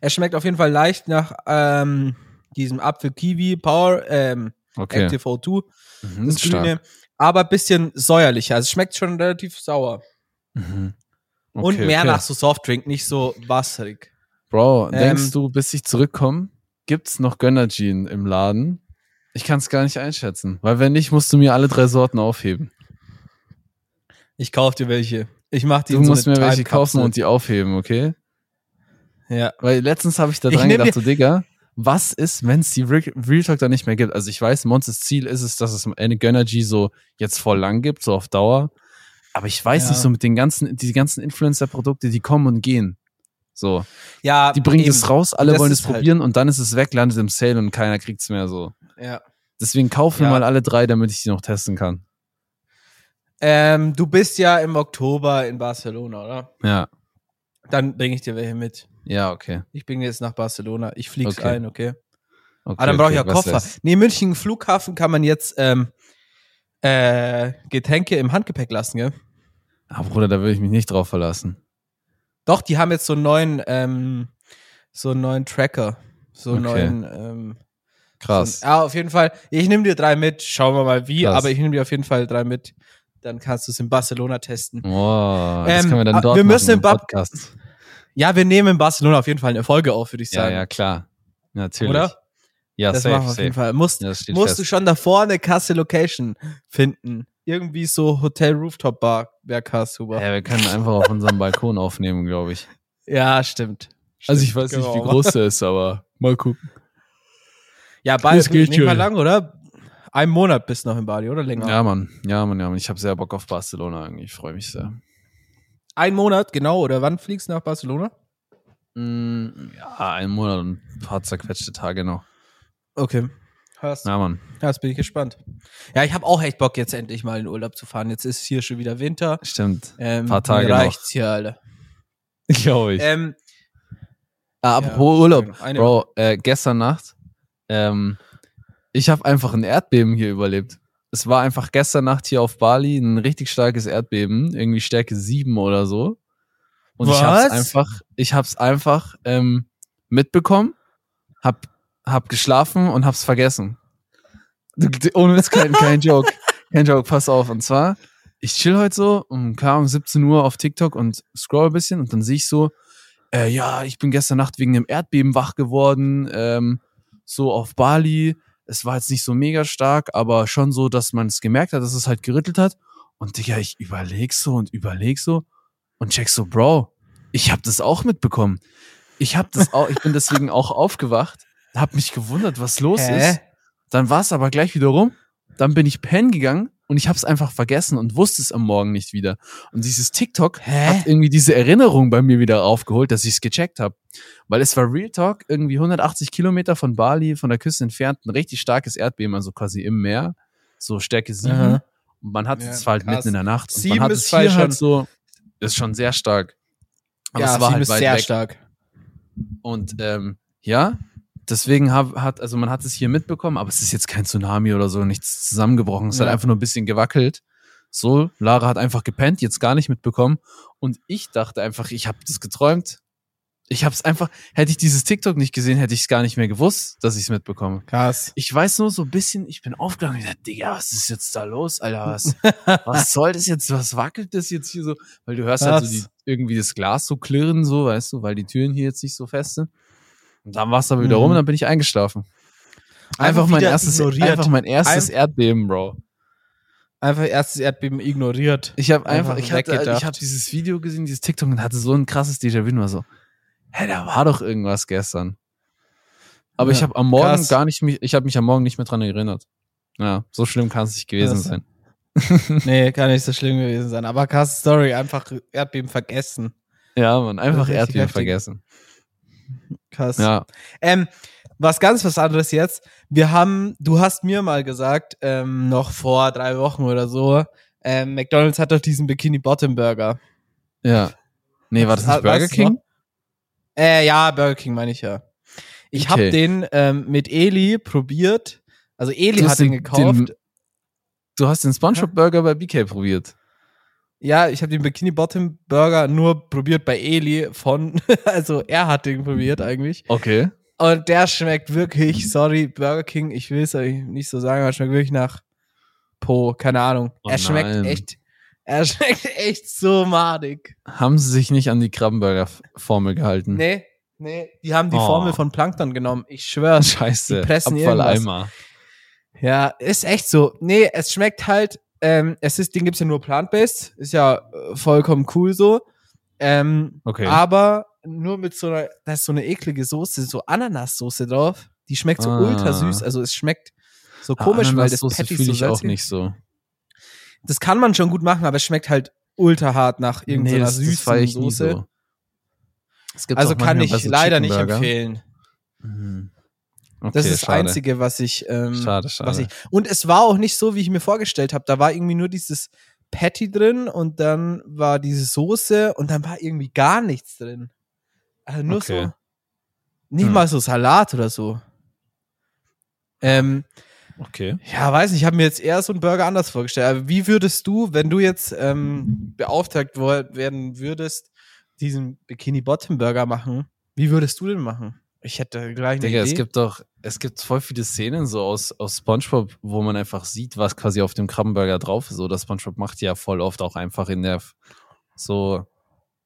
Speaker 2: Er schmeckt auf jeden Fall leicht nach ähm, diesem Apfel-Kiwi Power ähm,
Speaker 1: Okay.
Speaker 2: Active O2,
Speaker 1: Mhm,
Speaker 2: das Grüne, aber ein bisschen säuerlicher. Also es schmeckt schon relativ sauer.
Speaker 1: Mhm.
Speaker 2: Und
Speaker 1: Okay,
Speaker 2: mehr
Speaker 1: okay.
Speaker 2: nach so Softdrink, nicht so wasserig.
Speaker 1: Bro,
Speaker 2: Ähm,
Speaker 1: denkst du, bis ich zurückkomme, gibt's noch Gönnergin im Laden? Ich kann's gar nicht einschätzen, weil wenn nicht, musst du mir alle drei Sorten aufheben.
Speaker 2: Ich kauf dir welche. Ich mach die
Speaker 1: Du
Speaker 2: in so
Speaker 1: musst
Speaker 2: eine
Speaker 1: mir welche
Speaker 2: Time-Kapsel.
Speaker 1: kaufen und die aufheben, okay?
Speaker 2: Ja.
Speaker 1: Weil letztens habe ich da
Speaker 2: Ich
Speaker 1: dran
Speaker 2: nehm
Speaker 1: gedacht, so Digga, was ist, wenn es die Re Real Talk dann nicht mehr gibt? Also ich weiß, Monsters Ziel ist es, dass es eine Gönnergy so jetzt voll lang gibt, so auf Dauer. Aber ich weiß
Speaker 2: Ja.
Speaker 1: nicht, so mit den ganzen, die ganzen Influencer-Produkte, die kommen und gehen. So,
Speaker 2: Ja,
Speaker 1: die bringen
Speaker 2: eben.
Speaker 1: es raus, alle
Speaker 2: Das
Speaker 1: wollen
Speaker 2: ist
Speaker 1: es
Speaker 2: halt-
Speaker 1: probieren und dann ist es weg, landet im Sale und keiner kriegt's mehr so.
Speaker 2: Ja.
Speaker 1: Deswegen kauf mir
Speaker 2: Ja.
Speaker 1: mal alle drei, damit ich die noch testen kann.
Speaker 2: Ähm, du bist ja im Oktober in Barcelona, oder?
Speaker 1: Ja,
Speaker 2: Dann bringe ich dir welche mit.
Speaker 1: ja, okay.
Speaker 2: Ich bringe jetzt nach Barcelona. Ich flieg's
Speaker 1: Okay.
Speaker 2: ein, okay?
Speaker 1: okay
Speaker 2: ah, dann brauche ich ja
Speaker 1: okay, was
Speaker 2: Koffer.
Speaker 1: weiß.
Speaker 2: Nee, München Flughafen kann man jetzt ähm, äh, Getränke im Handgepäck lassen, gell?
Speaker 1: Ah, Bruder, da würde ich mich nicht drauf verlassen.
Speaker 2: Doch, die haben jetzt so einen neuen, ähm, so einen neuen Tracker. So einen
Speaker 1: Okay.
Speaker 2: neuen, ähm,
Speaker 1: Krass.
Speaker 2: So ah. ein, Ähm, ja, auf jeden Fall. Ich nehme dir drei mit. Schauen wir mal wie,
Speaker 1: Krass.
Speaker 2: aber ich nehme dir auf jeden Fall drei mit. Dann kannst du es in Barcelona testen.
Speaker 1: Wow, das
Speaker 2: Ähm,
Speaker 1: können wir
Speaker 2: ah,
Speaker 1: dann dort
Speaker 2: wir müssen
Speaker 1: machen,
Speaker 2: im Bab-
Speaker 1: Podcast.
Speaker 2: Ja, wir nehmen in Barcelona auf jeden Fall eine Folge auf, würde ich
Speaker 1: Ja,
Speaker 2: sagen.
Speaker 1: ja, klar. Natürlich.
Speaker 2: Oder?
Speaker 1: Ja,
Speaker 2: das
Speaker 1: safe,
Speaker 2: machen wir auf
Speaker 1: safe.
Speaker 2: jeden Fall. Musst,
Speaker 1: Ja, das steht
Speaker 2: musst
Speaker 1: fest.
Speaker 2: du schon da vorne Kasse Location finden. Irgendwie so Hotel Rooftop Bar wäre krass, super.
Speaker 1: Ja, wir können einfach auf unserem Balkon aufnehmen, glaube ich.
Speaker 2: Ja, stimmt.
Speaker 1: Also
Speaker 2: Stimmt, genau.
Speaker 1: ich weiß
Speaker 2: können
Speaker 1: nicht,
Speaker 2: wir
Speaker 1: wie
Speaker 2: auch
Speaker 1: groß der ist, aber mal gucken.
Speaker 2: machen. Ja, Bali
Speaker 1: Es geht
Speaker 2: geht nicht mal
Speaker 1: schon.
Speaker 2: lang, oder? Ein Monat bist noch in Bali, oder länger?
Speaker 1: Ja, Mann. Ja, Mann, ja, Mann. Ich habe sehr Bock auf Barcelona eigentlich. Ich freue mich sehr.
Speaker 2: Ein Monat, genau. Oder wann fliegst du nach Barcelona?
Speaker 1: Mm, ja, ein Monat und ein paar zerquetschte Tage noch.
Speaker 2: Okay. Hörst
Speaker 1: Ja, Mann.
Speaker 2: Ja, jetzt bin ich gespannt. Ja, ich habe auch echt Bock, jetzt endlich mal in Urlaub zu fahren. Jetzt ist hier schon wieder Winter.
Speaker 1: Stimmt.
Speaker 2: Ähm,
Speaker 1: Paar Tage
Speaker 2: mir reicht's hier, Alter.
Speaker 1: Glaube ich.
Speaker 2: Ähm,
Speaker 1: Ah, apropos
Speaker 2: Ja,
Speaker 1: Urlaub.
Speaker 2: eine-
Speaker 1: Bro, äh, gestern Nacht, ähm, ich habe einfach ein Erdbeben hier überlebt. Es war einfach gestern Nacht hier auf Bali ein richtig starkes Erdbeben, irgendwie Stärke 7 oder so. Und ich
Speaker 2: Was?
Speaker 1: hab's einfach, ich hab's einfach ähm, mitbekommen, hab, hab geschlafen und hab's vergessen. Ohne Witz, kein, kein Joke. Kein Joke, pass auf. Und zwar, ich chill heute so um, keine Ahnung, 17 Uhr auf TikTok und scroll ein bisschen und dann sehe ich so, äh, ja, ich bin gestern Nacht wegen dem Erdbeben wach geworden, ähm, so auf Bali. Es war jetzt nicht so mega stark, aber schon so, dass man es gemerkt hat, dass es halt gerüttelt hat. Und Digga, ich überleg so und überleg so und check so, Bro, ich hab das auch mitbekommen. Ich hab das auch, ich bin deswegen auch aufgewacht, hab mich gewundert, was los ist.
Speaker 2: hä?
Speaker 1: Dann war es aber gleich wieder rum. Dann bin ich pennen gegangen und ich habe es einfach vergessen und wusste es am Morgen nicht wieder. Und dieses TikTok
Speaker 2: Hä? Mhm.
Speaker 1: hat irgendwie diese Erinnerung bei mir wieder aufgeholt, dass ich es gecheckt habe. Weil es war Real Talk, irgendwie 180 Kilometer von Bali, von der Küste entfernt, ein richtig starkes Erdbeben, also quasi im Meer, so Stärke 7.
Speaker 2: Aha.
Speaker 1: Und man hat
Speaker 2: Ja,
Speaker 1: es halt
Speaker 2: krass.
Speaker 1: mitten in der Nacht. Und man
Speaker 2: Sieben
Speaker 1: hat
Speaker 2: ist
Speaker 1: es hier
Speaker 2: halt
Speaker 1: halt so, ist schon sehr stark. Aber
Speaker 2: ja,
Speaker 1: es war
Speaker 2: sie
Speaker 1: halt
Speaker 2: ist
Speaker 1: weit
Speaker 2: sehr
Speaker 1: weg.
Speaker 2: stark.
Speaker 1: Und ähm, ja, deswegen hab, hat, also man hat es hier mitbekommen, aber es ist jetzt kein Tsunami oder so, nichts zusammengebrochen. Es hat
Speaker 2: Ja.
Speaker 1: einfach nur ein bisschen gewackelt. So, Lara hat einfach gepennt, jetzt gar nicht mitbekommen. Und ich dachte einfach, ich habe das geträumt. Ich habe es einfach, hätte ich dieses TikTok nicht gesehen, hätte ich es gar nicht mehr gewusst, dass ich es mitbekomme.
Speaker 2: Krass.
Speaker 1: Ich weiß nur so ein bisschen, ich bin aufgegangen und dachte, Digga, was ist jetzt da los, Alter? Was, was soll das jetzt? Was wackelt das jetzt hier so? Weil du hörst halt so die,
Speaker 2: Krass.
Speaker 1: irgendwie das Glas so klirren, so, weißt du, weil die Türen hier jetzt nicht so fest sind. Und dann war es aber wieder rum
Speaker 2: Mhm.
Speaker 1: und dann bin ich eingeschlafen. Einfach, mein
Speaker 2: wieder
Speaker 1: erstes,
Speaker 2: ignoriert.
Speaker 1: einfach mein erstes
Speaker 2: Ein-
Speaker 1: Erdbeben, Bro.
Speaker 2: Einfach erstes Erdbeben ignoriert.
Speaker 1: Ich habe einfach,
Speaker 2: Einfach
Speaker 1: ich hatte, ich
Speaker 2: weggedacht.
Speaker 1: habe dieses Video gesehen, dieses TikTok und hatte so ein krasses Déjà-vu und war so, hä, da war doch irgendwas gestern. Aber
Speaker 2: Ja,
Speaker 1: ich habe am Morgen
Speaker 2: krass.
Speaker 1: gar nicht mich, ich habe mich am Morgen nicht mehr dran erinnert. Ja, so schlimm kann es nicht gewesen
Speaker 2: Krass.
Speaker 1: sein.
Speaker 2: nee, kann nicht so schlimm gewesen sein. Aber krasse Story, einfach Erdbeben vergessen.
Speaker 1: Ja, man, einfach
Speaker 2: richtig
Speaker 1: Erdbeben
Speaker 2: heftig.
Speaker 1: vergessen.
Speaker 2: Krass.
Speaker 1: Ja,
Speaker 2: Ähm, was ganz was anderes jetzt. Wir haben, du hast mir mal gesagt, ähm, noch vor drei Wochen oder so, ähm, McDonalds hat doch diesen Bikini Bottom Burger.
Speaker 1: ja. Nee, war das nicht
Speaker 2: Weißt du
Speaker 1: Burger
Speaker 2: es
Speaker 1: King?
Speaker 2: noch? Äh, ja, Burger King meine ich ja. Ich
Speaker 1: Okay.
Speaker 2: habe den ähm, mit Eli probiert. Also Eli
Speaker 1: Du
Speaker 2: hat
Speaker 1: hast
Speaker 2: den
Speaker 1: den-
Speaker 2: gekauft.
Speaker 1: den- Du hast den SpongeBob Burger bei BK probiert.
Speaker 2: ja, ich habe den Bikini Bottom Burger nur probiert bei Eli von, also er hat den probiert eigentlich.
Speaker 1: Okay.
Speaker 2: Und der schmeckt wirklich, sorry, Burger King, ich will es euch nicht so sagen, aber schmeckt wirklich nach Po, keine Ahnung.
Speaker 1: Oh
Speaker 2: er schmeckt
Speaker 1: nein.
Speaker 2: echt, er schmeckt echt so madig.
Speaker 1: Haben sie sich nicht an die Krabbenburger F- Formel gehalten?
Speaker 2: Nee, nee, die haben die
Speaker 1: Hm. Oh.
Speaker 2: Formel von Plankton genommen, ich schwör's.
Speaker 1: Scheiße.
Speaker 2: Die pressen
Speaker 1: Abfalleimer.
Speaker 2: Ja, ist echt so. Nee, es schmeckt halt, ähm, es ist, den gibt's ja nur plant-based, ist ja äh, vollkommen cool so. Ähm,
Speaker 1: Okay.
Speaker 2: Aber nur mit so einer, da ist so eine eklige Soße, so Ananassoße drauf. Die schmeckt so
Speaker 1: Ah.
Speaker 2: ultra süß. Also es schmeckt so komisch, weil das
Speaker 1: Ananassoße
Speaker 2: Patty
Speaker 1: fühl
Speaker 2: so
Speaker 1: ich auch
Speaker 2: salzig-
Speaker 1: nicht so.
Speaker 2: Das kann man schon gut machen, aber es schmeckt halt ultra hart nach irgendeiner
Speaker 1: das, das
Speaker 2: süßen
Speaker 1: feier ich nie
Speaker 2: Soße.
Speaker 1: so. Es gibt
Speaker 2: Also
Speaker 1: auch
Speaker 2: kann
Speaker 1: manchmal
Speaker 2: ich
Speaker 1: bei so
Speaker 2: leider nicht
Speaker 1: Chickenburger.
Speaker 2: empfehlen.
Speaker 1: Mhm. Okay,
Speaker 2: Das ist das
Speaker 1: schade.
Speaker 2: Einzige, was ich, ähm,
Speaker 1: Schade, schade.
Speaker 2: Was ich, und es war auch nicht so, wie ich mir vorgestellt habe. Da war irgendwie nur dieses Patty drin und dann war diese Soße und dann war irgendwie gar nichts drin. Also nur
Speaker 1: Okay.
Speaker 2: so. Nicht
Speaker 1: Hm.
Speaker 2: mal so Salat oder so. Ähm,
Speaker 1: Okay.
Speaker 2: ja, weiß nicht, ich habe mir jetzt eher so einen Burger anders vorgestellt. Aber wie würdest du, wenn du jetzt ähm, beauftragt wor- werden würdest, diesen Bikini-Bottom-Burger machen, wie würdest du den machen? Ich hätte gleich eine
Speaker 1: Digga,
Speaker 2: Idee.
Speaker 1: es gibt doch, es gibt voll viele Szenen so aus, aus Spongebob, wo man einfach sieht, was quasi auf dem Krabbenburger drauf ist. Oder Spongebob macht ja voll oft auch einfach in der, so,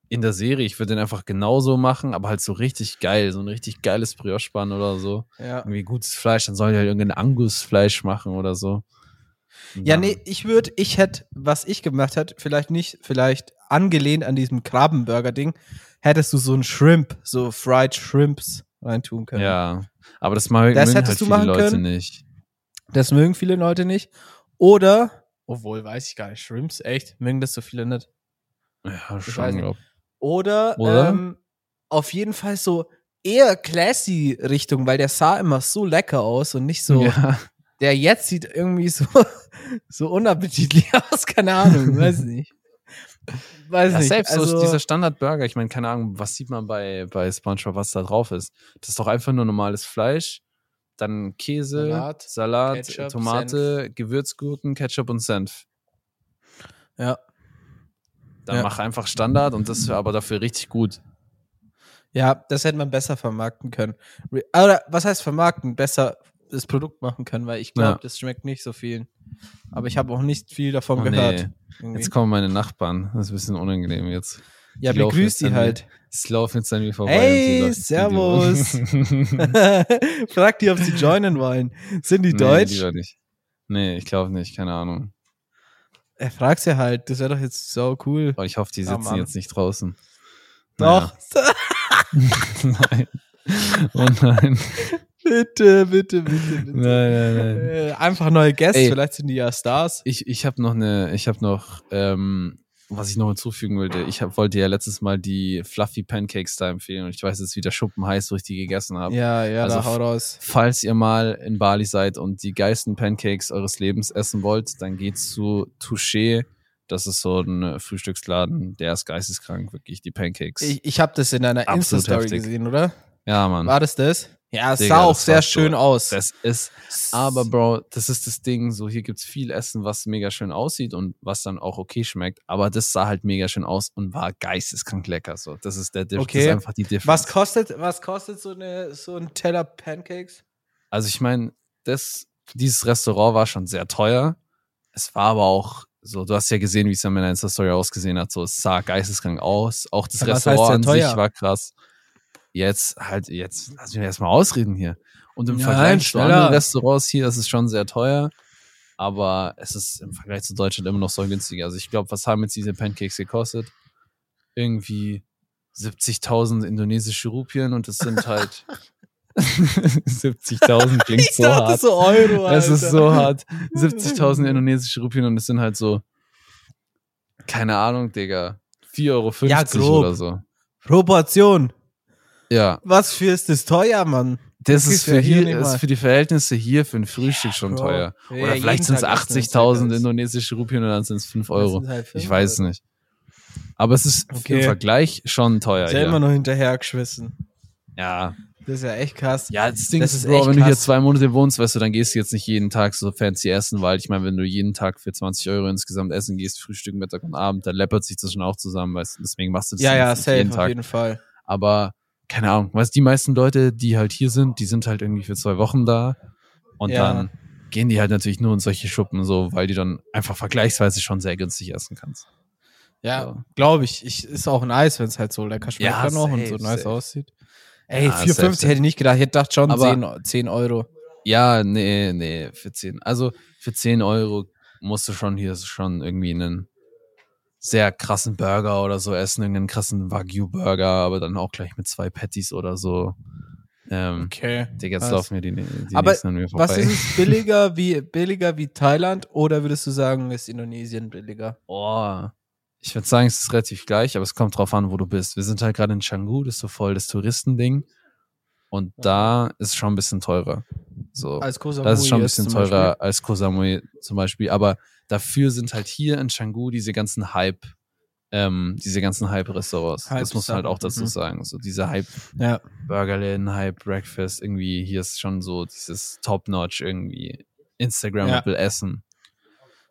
Speaker 1: in der Serie. Ich würde den einfach genauso machen, aber halt so richtig geil. So ein richtig geiles Brioche-Bann oder so.
Speaker 2: ja.
Speaker 1: Irgendwie gutes Fleisch, dann sollen die halt irgendein Angus-Fleisch machen oder so. Und
Speaker 2: Ja,
Speaker 1: dann-
Speaker 2: nee, ich würde, ich hätte, was ich gemacht hätte, vielleicht nicht, vielleicht angelehnt an diesem Krabbenburger-Ding, hättest du so ein Shrimp, so Fried Shrimps reintun können.
Speaker 1: Ja. Aber das mal
Speaker 2: Genau. Das
Speaker 1: mögen
Speaker 2: hättest
Speaker 1: halt
Speaker 2: du
Speaker 1: viele
Speaker 2: machen
Speaker 1: Leute
Speaker 2: können?
Speaker 1: nicht.
Speaker 2: Das mögen viele Leute nicht. Oder, obwohl, weiß ich gar nicht, Shrimps, echt, mögen das so viele nicht.
Speaker 1: Ja,
Speaker 2: weiß
Speaker 1: schon,
Speaker 2: nicht.
Speaker 1: glaub.
Speaker 2: Oder,
Speaker 1: Oder?
Speaker 2: Ähm, auf jeden Fall so eher classy Richtung, weil der sah immer so lecker aus und nicht so,
Speaker 1: Ja.
Speaker 2: der jetzt sieht irgendwie so, so unappetitlich aus, keine Ahnung, weiß nicht. Weiß
Speaker 1: Ja,
Speaker 2: nicht.
Speaker 1: selbst so
Speaker 2: also-
Speaker 1: ist dieser Standardburger. Ich meine, keine Ahnung, was sieht man bei, bei SpongeBob, was da drauf ist? Das ist doch einfach nur normales Fleisch, dann Käse,
Speaker 2: Salat,
Speaker 1: Salat,
Speaker 2: Ketchup,
Speaker 1: Tomate, Gewürzgurken, Ketchup und Senf.
Speaker 2: Ja.
Speaker 1: Dann
Speaker 2: Ja.
Speaker 1: mach einfach Standard und das aber dafür richtig gut.
Speaker 2: Ja, das hätte man besser vermarkten können. Re Oder was heißt vermarkten? Besser das Produkt machen können, weil ich glaube,
Speaker 1: Ja.
Speaker 2: das schmeckt nicht so vielen. Aber ich habe auch nicht viel davon
Speaker 1: Oh, nee.
Speaker 2: gehört. irgendwie.
Speaker 1: Jetzt kommen meine Nachbarn. Das ist ein bisschen unangenehm jetzt.
Speaker 2: ja,
Speaker 1: die laufen jetzt
Speaker 2: begrüßt die
Speaker 1: an mir
Speaker 2: halt.
Speaker 1: Es laufen jetzt an mir vorbei.
Speaker 2: Hey,
Speaker 1: und sie läuft ins Video.
Speaker 2: Frag die, ob sie joinen wollen. Sind die deutsch?
Speaker 1: Nee, lieber nicht. Nee, ich glaube nicht, keine Ahnung.
Speaker 2: Er fragt sie halt. Das wäre doch jetzt so cool.
Speaker 1: Aber ich hoffe, die
Speaker 2: Ja,
Speaker 1: sitzen
Speaker 2: Mann.
Speaker 1: jetzt nicht draußen.
Speaker 2: Doch.
Speaker 1: Naja. nein. Oh nein.
Speaker 2: Bitte, bitte, bitte, bitte.
Speaker 1: Nein, nein, nein.
Speaker 2: Äh, einfach neue Gäste,
Speaker 1: Ey.
Speaker 2: vielleicht sind die ja Stars.
Speaker 1: Ich, ich habe noch eine, ich habe noch, ähm, was ich noch hinzufügen wollte. Ich hab, wollte ja letztes Mal die Fluffy Pancakes da empfehlen und ich weiß jetzt, wie der Schuppen heißt, wo ich die gegessen habe.
Speaker 2: Ja, ja,
Speaker 1: Also
Speaker 2: da hau raus.
Speaker 1: Falls ihr mal in Bali seid und die geilsten Pancakes eures Lebens essen wollt, dann geht's zu Touché. Das ist so ein äh, Frühstücksladen, der ist geisteskrank, wirklich, die Pancakes.
Speaker 2: Ich, ich habe das in deiner
Speaker 1: Absolut
Speaker 2: Insta-Story
Speaker 1: heftig.
Speaker 2: gesehen, oder?
Speaker 1: ja, Mann.
Speaker 2: War das das? Ja, es
Speaker 1: Digga,
Speaker 2: sah auch
Speaker 1: das
Speaker 2: sehr
Speaker 1: war so-
Speaker 2: schön aus.
Speaker 1: Das ist Aber Bro, das ist das Ding, so hier gibt's viel Essen, was mega schön aussieht und was dann auch okay schmeckt, aber das sah halt mega schön aus und war geisteskrank lecker so. Das ist der Diff,
Speaker 2: Okay.
Speaker 1: das ist einfach die Difference.
Speaker 2: was kostet, was kostet so, eine, so ein Teller Pancakes?
Speaker 1: Also ich meine, das dieses Restaurant war schon sehr teuer. Es war aber auch so, du hast ja gesehen, wie es an meiner Insta Story ausgesehen hat, so es sah geisteskrank aus. Auch das
Speaker 2: Aber was heißt
Speaker 1: Restaurant an
Speaker 2: sehr
Speaker 1: sich
Speaker 2: teuer?
Speaker 1: war krass. Jetzt halt jetzt lass mich erstmal ausreden hier. Und im
Speaker 2: Nein,
Speaker 1: Vergleich zu
Speaker 2: schneller.
Speaker 1: anderen Restaurants hier ist es schon sehr teuer, aber es ist im Vergleich zu Deutschland immer noch so günstig. Also ich glaube, was haben jetzt diese Pancakes gekostet? Irgendwie 70.000 indonesische Rupien und das sind halt 70.000 klingt so hart.
Speaker 2: so Euro,
Speaker 1: Es ist so hart. 70.000 indonesische Rupien und es sind halt so, keine Ahnung, Digga, 4,50 Euro
Speaker 2: Ja, grob.
Speaker 1: oder so.
Speaker 2: Proportion.
Speaker 1: Ja,
Speaker 2: Was für ist das teuer, Mann?
Speaker 1: das ist
Speaker 2: Das kriegst
Speaker 1: für,
Speaker 2: du ja hier
Speaker 1: hier,
Speaker 2: nicht
Speaker 1: ist
Speaker 2: mal.
Speaker 1: für die Verhältnisse hier für ein Frühstück schon
Speaker 2: Bro.
Speaker 1: teuer.
Speaker 2: Ja,
Speaker 1: Oder
Speaker 2: jeden
Speaker 1: vielleicht sind es
Speaker 2: Tag essen, das ist
Speaker 1: 80.000
Speaker 2: halt
Speaker 1: indonesische Rupien und dann sind es 5
Speaker 2: alles.
Speaker 1: Euro.
Speaker 2: Das sind halt fünf
Speaker 1: Ich weiß es
Speaker 2: Euro.
Speaker 1: nicht. Aber es ist
Speaker 2: Okay.
Speaker 1: im Vergleich schon teuer.
Speaker 2: Ist ja immer
Speaker 1: Hier.
Speaker 2: noch hinterhergeschwissen.
Speaker 1: Ja,
Speaker 2: Das ist ja echt krass.
Speaker 1: Ja, das Ding
Speaker 2: Das
Speaker 1: ist,
Speaker 2: ist
Speaker 1: Bro,
Speaker 2: echt
Speaker 1: wenn du hier
Speaker 2: krass.
Speaker 1: zwei Monate wohnst, weißt du, dann gehst du jetzt nicht jeden Tag so fancy essen, weil ich meine, wenn du jeden Tag für 20 Euro insgesamt essen gehst, Frühstück, Mittag und Abend, dann läppert sich das schon auch zusammen, weißt du, deswegen machst du das
Speaker 2: Ja,
Speaker 1: jetzt
Speaker 2: ja,
Speaker 1: nicht
Speaker 2: safe,
Speaker 1: jeden
Speaker 2: auf
Speaker 1: Tag.
Speaker 2: jeden Fall.
Speaker 1: Aber keine Ahnung, weißt du, die meisten Leute, die halt hier sind, die sind halt irgendwie für zwei Wochen da und
Speaker 2: Ja.
Speaker 1: dann gehen die halt natürlich nur in solche Schuppen, so, weil die dann einfach vergleichsweise schon sehr günstig essen kannst.
Speaker 2: Ja,
Speaker 1: So.
Speaker 2: glaube ich. ich. Ist auch nice, wenn es halt so lecker schmeckt
Speaker 1: Ja,
Speaker 2: dann auch und
Speaker 1: safe,
Speaker 2: so nice
Speaker 1: safe.
Speaker 2: aussieht. Ey,
Speaker 1: Ja,
Speaker 2: 4,50
Speaker 1: safe, safe.
Speaker 2: hätte ich nicht gedacht. Ich hätte gedacht schon
Speaker 1: Aber-
Speaker 2: 10, 10 Euro.
Speaker 1: Ja, nee, nee, für 10. Also für 10 Euro musst du schon hier schon irgendwie einen sehr krassen Burger oder so essen, irgendeinen krassen Wagyu-Burger, aber dann auch gleich mit zwei Patties oder so. Ähm,
Speaker 2: Okay.
Speaker 1: Digga, jetzt
Speaker 2: alles.
Speaker 1: laufen mir die, die
Speaker 2: Aber
Speaker 1: nächsten an mir vorbei.
Speaker 2: Was ist es billiger wie, billiger wie Thailand oder würdest du sagen, ist Indonesien billiger?
Speaker 1: Oh, ich würde sagen, es ist relativ gleich, aber es kommt drauf an, wo du bist. Wir sind halt gerade in Canggu, das ist so voll das Touristending. Und da ist schon ein bisschen teurer. So.
Speaker 2: Als Koh
Speaker 1: Das ist schon ein
Speaker 2: Samui jetzt
Speaker 1: bisschen
Speaker 2: zum Beispiel.
Speaker 1: teurer als Koh Samui zum Beispiel. Aber dafür sind halt hier in Canggu diese ganzen Hype, ähm, diese ganzen Hype-Restaurants. das muss man halt
Speaker 2: Hype-Sachen,
Speaker 1: auch dazu
Speaker 2: mhm.
Speaker 1: sagen. So diese
Speaker 2: Ja.
Speaker 1: Hype-Burgerläden, Hype-Breakfast, irgendwie hier ist schon so dieses Top-Notch irgendwie Instagrammable Essen.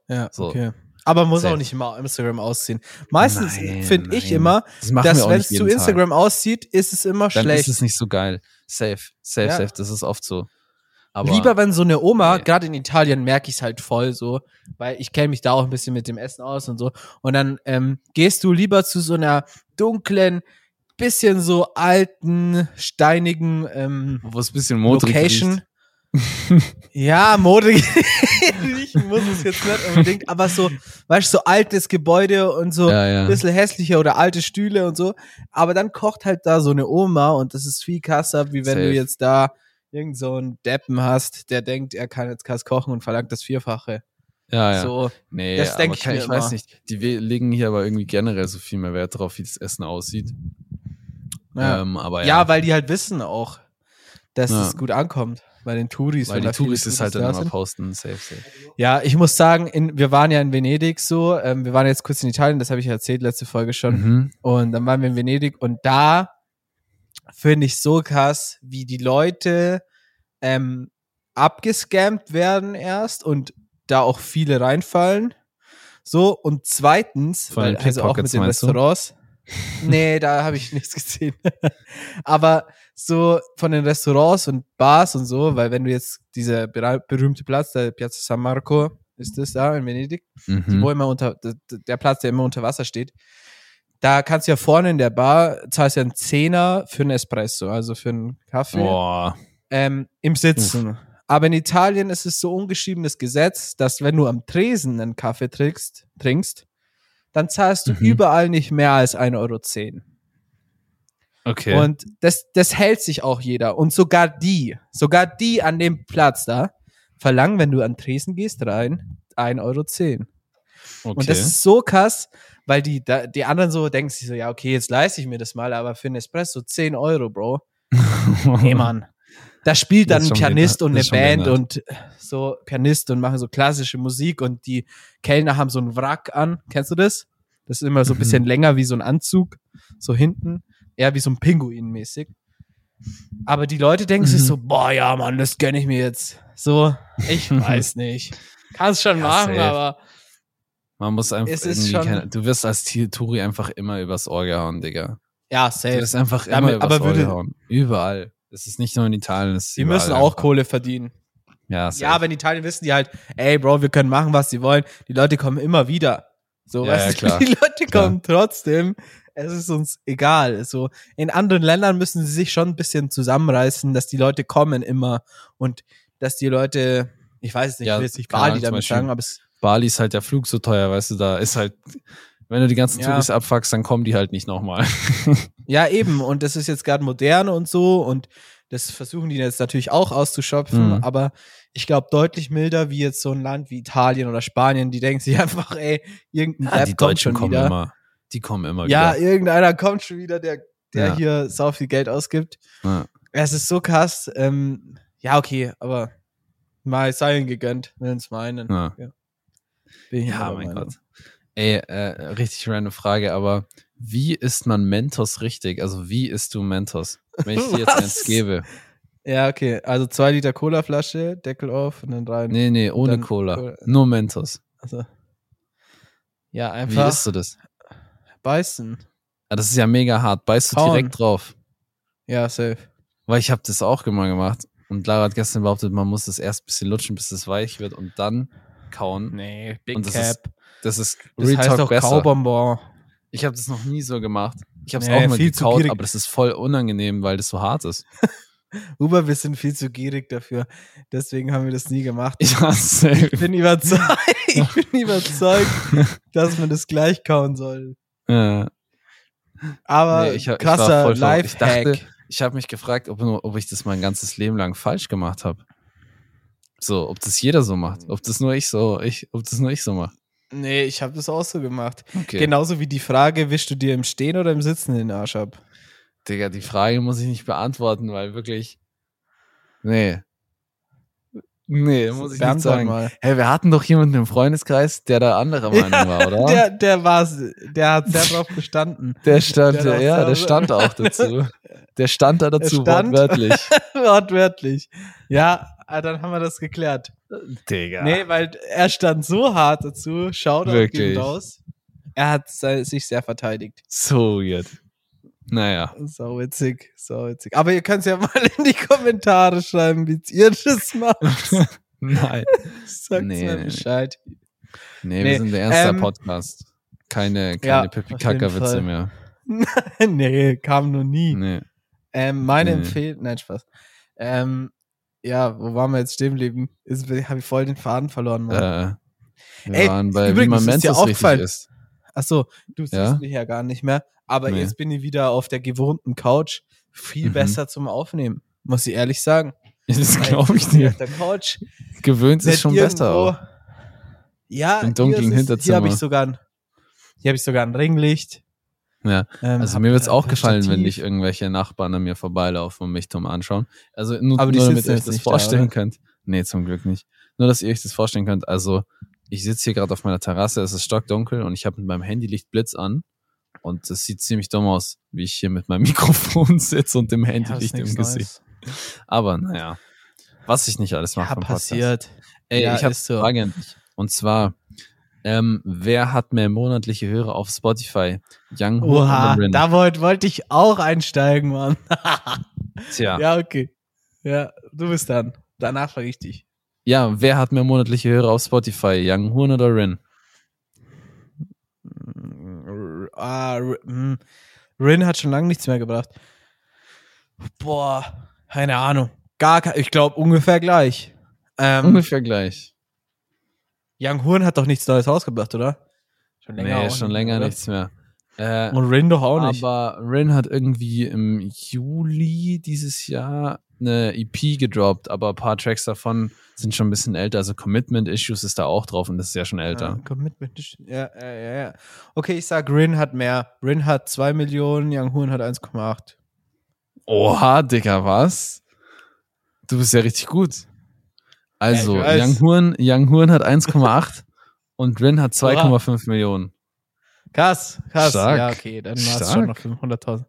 Speaker 2: Ja,
Speaker 1: So.
Speaker 2: okay. Aber muss
Speaker 1: Safe.
Speaker 2: auch nicht immer Instagram ausziehen. Meistens
Speaker 1: Nein,
Speaker 2: finde ich
Speaker 1: nein.
Speaker 2: immer,
Speaker 1: Das machen wir
Speaker 2: dass
Speaker 1: auch
Speaker 2: wenn es
Speaker 1: nicht
Speaker 2: zu
Speaker 1: jeden Tag.
Speaker 2: Instagram aussieht, ist es immer
Speaker 1: dann
Speaker 2: schlecht.
Speaker 1: ist es nicht so geil. Safe, safe,
Speaker 2: Ja.
Speaker 1: safe. Das ist oft so. Aber
Speaker 2: Lieber, wenn so eine Oma,
Speaker 1: Nee.
Speaker 2: gerade in Italien merke ich es halt voll so, weil ich kenne mich da auch ein bisschen mit dem Essen aus und so. Und dann ähm, gehst du lieber zu so einer dunklen, bisschen so alten, steinigen ähm,
Speaker 1: wo es ein bisschen modrig
Speaker 2: Location.
Speaker 1: riecht.
Speaker 2: ja, modrig. ich muss es jetzt nicht unbedingt, aber so, weißt du, so altes Gebäude und so
Speaker 1: Ja, ja.
Speaker 2: ein bisschen hässlicher oder alte Stühle und so. Aber dann kocht halt da so eine Oma und das ist viel krasser, wie wenn
Speaker 1: Safe.
Speaker 2: du jetzt da irgend so einen Deppen hast, der denkt, er kann jetzt krass kochen und verlangt das Vierfache.
Speaker 1: Ah ja, ja.
Speaker 2: So,
Speaker 1: Nee,
Speaker 2: Das
Speaker 1: aber
Speaker 2: denk ich
Speaker 1: kein-
Speaker 2: mir
Speaker 1: ich weiß
Speaker 2: immer.
Speaker 1: nicht. Die we- legen hier aber irgendwie generell so viel mehr Wert drauf, wie das Essen aussieht.
Speaker 2: ja.
Speaker 1: Ähm, aber
Speaker 2: ja.
Speaker 1: ja,
Speaker 2: weil die halt wissen auch, dass
Speaker 1: Ja.
Speaker 2: es gut ankommt bei den Touris.
Speaker 1: weil
Speaker 2: wenn
Speaker 1: die
Speaker 2: da viele
Speaker 1: Touris es halt
Speaker 2: da
Speaker 1: dann
Speaker 2: sind.
Speaker 1: immer posten. Safe, safe.
Speaker 2: Ja, ich muss sagen, in, wir waren ja in Venedig so, ähm, wir waren jetzt kurz in Italien, das habe ich ja erzählt, letzte Folge schon.
Speaker 1: Mhm.
Speaker 2: Und dann waren wir in Venedig und da finde ich so krass, wie die Leute ähm, abgescammt werden erst und da auch viele reinfallen. So, und zweitens,
Speaker 1: Von den
Speaker 2: weil- also auch mit
Speaker 1: Pickpockets,
Speaker 2: den
Speaker 1: meinst du?
Speaker 2: Restaurants. nee, da habe ich nichts gesehen. Aber so von den Restaurants und Bars und so, weil wenn du jetzt dieser berau- berühmte Platz, der Piazza San Marco, ist das da in Venedig? die, wo
Speaker 1: Mhm.
Speaker 2: immer unter, d- d- der Platz, der immer unter Wasser steht, da kannst du ja vorne in der Bar, zahlst ja einen Zehner für einen Espresso, also für einen Kaffee,
Speaker 1: Boah,
Speaker 2: ähm, im Sitzen. Aber in Italien ist es so ungeschriebenes Gesetz, dass wenn du am Tresen einen Kaffee trinkst, trinkst dann zahlst du
Speaker 1: Mhm.
Speaker 2: überall nicht mehr als 1,10 Euro.
Speaker 1: Okay.
Speaker 2: Und das, das hält sich auch jeder. Und sogar die, sogar die an dem Platz da, verlangen, wenn du an Tresen gehst, rein 1,10 Euro.
Speaker 1: okay.
Speaker 2: Und das ist so krass, weil die, da, die anderen so denken sich so, ja, okay, jetzt leiste ich mir das mal, aber für einen Espresso 10 Euro, Bro. Nee, Mann. Da spielt
Speaker 1: Das
Speaker 2: dann
Speaker 1: ist
Speaker 2: ein
Speaker 1: schon
Speaker 2: Pianist
Speaker 1: behindert.
Speaker 2: und
Speaker 1: Das
Speaker 2: eine
Speaker 1: ist schon
Speaker 2: Band
Speaker 1: behindert.
Speaker 2: und so Pianist und machen so klassische Musik und die Kellner haben so einen Wrack an. Kennst du das? Das ist immer so ein
Speaker 1: Mhm.
Speaker 2: bisschen länger wie so ein Anzug, so hinten, eher wie so ein Pinguin mäßig. Aber die Leute denken sich
Speaker 1: Mhm.
Speaker 2: so, boah, ja, Mann, das gönne ich mir jetzt. So, ich weiß nicht. Kannst schon
Speaker 1: Ja,
Speaker 2: machen,
Speaker 1: safe.
Speaker 2: aber
Speaker 1: Man muss einfach
Speaker 2: Es ist
Speaker 1: irgendwie
Speaker 2: schon-
Speaker 1: keine, Du wirst als T- Touri einfach immer übers Ohr gehauen, Digga.
Speaker 2: ja,
Speaker 1: Du
Speaker 2: safe.
Speaker 1: wirst einfach immer
Speaker 2: Damit-
Speaker 1: übers
Speaker 2: aber
Speaker 1: Ohr
Speaker 2: würde-
Speaker 1: gehauen. Überall. Es ist nicht nur in Italien, es ist
Speaker 2: Die
Speaker 1: überall
Speaker 2: müssen auch
Speaker 1: einfach.
Speaker 2: Kohle verdienen.
Speaker 1: Ja, safe.
Speaker 2: Ja, wenn Italien wissen die halt, ey Bro, wir können machen, was sie wollen. Die Leute kommen immer wieder. So,
Speaker 1: Ja,
Speaker 2: weißt
Speaker 1: ja,
Speaker 2: du,
Speaker 1: klar.
Speaker 2: die Leute
Speaker 1: Klar.
Speaker 2: kommen trotzdem. Es ist uns egal. So, in anderen Ländern müssen sie sich schon ein bisschen zusammenreißen, dass die Leute kommen immer und dass die Leute, ich weiß es nicht,
Speaker 1: Ja,
Speaker 2: ich will jetzt nicht
Speaker 1: keine Ahnung,
Speaker 2: Bali
Speaker 1: zum
Speaker 2: damit
Speaker 1: Beispiel.
Speaker 2: sagen, aber es,
Speaker 1: Bali ist halt der Flug so teuer, weißt du, da ist halt, wenn du die ganzen
Speaker 2: Ja.
Speaker 1: Touris abfuckst, dann kommen die halt nicht nochmal.
Speaker 2: ja eben. Und das ist jetzt gerade modern und so und das versuchen die jetzt natürlich auch auszuschöpfen,
Speaker 1: Mhm.
Speaker 2: aber ich glaube deutlich milder wie jetzt so ein Land wie Italien oder Spanien. Die denken sich einfach, ey, irgendein Depp
Speaker 1: Ah, die
Speaker 2: kommt
Speaker 1: Deutschen
Speaker 2: schon
Speaker 1: kommen
Speaker 2: wieder.
Speaker 1: immer. Die kommen immer
Speaker 2: Ja,
Speaker 1: wieder.
Speaker 2: irgendeiner kommt schon wieder, der, der
Speaker 1: Ja.
Speaker 2: hier sau viel Geld ausgibt.
Speaker 1: Ja.
Speaker 2: Es ist so krass. Ähm, ja, okay, aber mal sei ihnen gegönnt, wenn es meinen.
Speaker 1: Ja.
Speaker 2: Bin ich
Speaker 1: Ja,
Speaker 2: anderer
Speaker 1: mein
Speaker 2: Meinung.
Speaker 1: Gott. Ey, äh, richtig random Frage, aber wie isst man Mentos richtig? Also wie isst du Mentos? Wenn ich dir jetzt
Speaker 2: Was?
Speaker 1: eins gebe.
Speaker 2: Ja, okay. Also zwei Liter Cola-Flasche, Deckel auf und dann rein.
Speaker 1: Nee, nee, ohne
Speaker 2: Dann-
Speaker 1: Cola. Nur Mentos.
Speaker 2: Also, ja,
Speaker 1: Wie
Speaker 2: einfach
Speaker 1: isst du das?
Speaker 2: beißen.
Speaker 1: Ah, das ist ja mega hart. Beißt du
Speaker 2: Kauen.
Speaker 1: direkt drauf?
Speaker 2: Ja, safe. Weil
Speaker 1: Weil ich habe das auch mal gemacht. Und Lara hat gestern behauptet, man muss das erst ein bisschen lutschen, bis es weich wird und dann kauen.
Speaker 2: nee, Big
Speaker 1: Und das ist
Speaker 2: Cap.
Speaker 1: Das ist
Speaker 2: Das
Speaker 1: Real
Speaker 2: heißt
Speaker 1: Talk
Speaker 2: doch
Speaker 1: besser.
Speaker 2: Kaubonbon.
Speaker 1: Ich habe das noch nie so gemacht. Ich habe es
Speaker 2: Nee,
Speaker 1: auch mal
Speaker 2: viel zu
Speaker 1: gekaut,
Speaker 2: gierig.
Speaker 1: aber das ist voll unangenehm, weil das so hart ist.
Speaker 2: Uber, wir sind viel zu gierig dafür. Deswegen haben wir das nie gemacht.
Speaker 1: Ich hasse
Speaker 2: Ich bin überzeugt, ich bin überzeugt, dass man das gleich kauen soll.
Speaker 1: ja.
Speaker 2: Aber
Speaker 1: Nee, ich- ich war
Speaker 2: krasser
Speaker 1: voll verwirrt. Ich
Speaker 2: Lifehack.
Speaker 1: dachte- Ich habe mich gefragt, ob, nur- ob ich das mein ganzes Leben lang falsch gemacht habe. So, ob das jeder so macht, ob das nur ich so, ich, ob das nur ich so mache.
Speaker 2: nee, ich habe das auch so gemacht.
Speaker 1: Okay.
Speaker 2: Genauso wie die Frage, wischst du dir im Stehen oder im Sitzen den Arsch ab?
Speaker 1: Digga, die Frage muss ich nicht beantworten, weil wirklich. Nee. Nee, muss ich nicht
Speaker 2: Beantwort
Speaker 1: sagen.
Speaker 2: Mal.
Speaker 1: Hey, wir hatten doch jemanden im Freundeskreis, der da anderer Meinung war, oder?
Speaker 2: Der, der war's, der hat sehr drauf bestanden.
Speaker 1: Der stand,
Speaker 2: Der hat auch
Speaker 1: ja, der
Speaker 2: selber-
Speaker 1: stand auch dazu. Der stand da dazu,
Speaker 2: stand.
Speaker 1: wortwörtlich.
Speaker 2: Wortwörtlich. Ja, ah, dann haben wir das geklärt.
Speaker 1: Digga.
Speaker 2: Nee, weil er stand so hart dazu. Shoutout
Speaker 1: Wirklich.
Speaker 2: geht raus. Er hat se- sich sehr verteidigt.
Speaker 1: So weird. Naja.
Speaker 2: So witzig, so witzig. Aber ihr könnt es ja mal in die Kommentare schreiben, wie ihr das macht.
Speaker 1: Nein.
Speaker 2: Sagt
Speaker 1: Nee,
Speaker 2: mir
Speaker 1: nee, nee.
Speaker 2: Bescheid.
Speaker 1: Nee,
Speaker 2: Nee,
Speaker 1: wir sind der erste
Speaker 2: ähm,
Speaker 1: Podcast. Keine,
Speaker 2: Ja,
Speaker 1: keine pipi
Speaker 2: auf jeden
Speaker 1: kaka witze
Speaker 2: Fall.
Speaker 1: mehr.
Speaker 2: nee, kam noch nie.
Speaker 1: Nee. äh,
Speaker 2: Ähm, meine
Speaker 1: Nee.
Speaker 2: Empfehlung, nein, Spaß. Ähm, ja, wo waren wir jetzt stehen geblieben? Ist- Habe ich voll den Faden verloren.
Speaker 1: Äh,
Speaker 2: Mann.
Speaker 1: wir
Speaker 2: Ey,
Speaker 1: waren bei, wie
Speaker 2: übrigens
Speaker 1: man
Speaker 2: ist dir
Speaker 1: Mentos richtig
Speaker 2: aufgefallen-
Speaker 1: ist.
Speaker 2: Ach so, du siehst
Speaker 1: Ja?
Speaker 2: mich ja gar nicht mehr. Aber
Speaker 1: Nee.
Speaker 2: jetzt bin ich wieder auf der gewohnten Couch. Viel
Speaker 1: Mhm.
Speaker 2: besser zum Aufnehmen, muss ich ehrlich sagen.
Speaker 1: Das
Speaker 2: Weil
Speaker 1: glaube ich
Speaker 2: bin
Speaker 1: dir.
Speaker 2: Auf der Couch.
Speaker 1: Gewöhnt ist
Speaker 2: Nicht
Speaker 1: schon
Speaker 2: irgendwo-
Speaker 1: besser. Auch.
Speaker 2: Ja,
Speaker 1: Im dunklen
Speaker 2: hier, ist es- hier
Speaker 1: Hinterzimmer.
Speaker 2: habe ich sogar ein, hier habe ich sogar ein Ringlicht.
Speaker 1: Ja,
Speaker 2: Ähm,
Speaker 1: Also
Speaker 2: hab
Speaker 1: mir wird es
Speaker 2: ein
Speaker 1: auch gefallen, wenn
Speaker 2: Stativ.
Speaker 1: nicht irgendwelche Nachbarn an mir vorbeilaufen und mich dumm anschauen. Also nur,
Speaker 2: Aber die
Speaker 1: nur damit
Speaker 2: sitzen
Speaker 1: ihr euch
Speaker 2: jetzt
Speaker 1: das
Speaker 2: nicht da,
Speaker 1: vorstellen
Speaker 2: oder?
Speaker 1: könnt. Nee, zum Glück nicht. Nur, dass ihr euch das vorstellen könnt. Also ich sitze hier gerade auf meiner Terrasse, es ist stockdunkel und ich habe mit meinem Handylicht Blitz an. Und es sieht ziemlich dumm aus, wie ich hier mit meinem Mikrofon sitze und dem
Speaker 2: Ja, ist
Speaker 1: Handylicht im
Speaker 2: nix
Speaker 1: Gesicht.
Speaker 2: Neues.
Speaker 1: Aber naja, was ich nicht alles mache.
Speaker 2: Ja,
Speaker 1: vom Podcast.
Speaker 2: passiert.
Speaker 1: Ey,
Speaker 2: Ja,
Speaker 1: ich habe
Speaker 2: ist so.
Speaker 1: eine Frage an dich. Und zwar, ähm, wer hat mehr monatliche Hörer auf Spotify? Young Ho
Speaker 2: Oha,
Speaker 1: oder Rin?
Speaker 2: da wollte wollt ich auch einsteigen, Mann.
Speaker 1: Tja. Ja.
Speaker 2: ja, okay. Ja, du bist dann. Danach frage ich dich.
Speaker 1: wer hat mehr monatliche Hörer auf Spotify? Young Horn oder Rin?
Speaker 2: Ah, R- hm. Rin hat schon lange nichts mehr gebracht. Boah, keine Ahnung. Gar kein, ich glaube ungefähr gleich. Ähm,
Speaker 1: Ungefähr gleich.
Speaker 2: Young Horn hat doch nichts Neues rausgebracht, oder? Schon
Speaker 1: nee, schon länger nichts mehr. Äh,
Speaker 2: Und Rin doch auch nicht.
Speaker 1: Aber Rin hat irgendwie im Juli dieses Jahr eine EP gedroppt, aber ein paar Tracks davon sind schon ein bisschen älter. Also Commitment Issues ist da auch drauf und das ist ja schon älter.
Speaker 2: Ja, Commitment. Ja, ja, ja, ja. Okay, ich sag, Rin hat mehr. Rin hat 2 Millionen, Yang Huan hat 1,8.
Speaker 1: Oha, Dicker, was? Du bist ja richtig gut. Also,
Speaker 2: Ja, ich weiß.
Speaker 1: Young Huren, Young Huren hat 1,8 und Rin hat
Speaker 2: Oha.
Speaker 1: 2,5 Millionen.
Speaker 2: Krass, krass.
Speaker 1: Stark.
Speaker 2: Ja, okay, dann war es
Speaker 1: Stark.
Speaker 2: schon noch 500.000.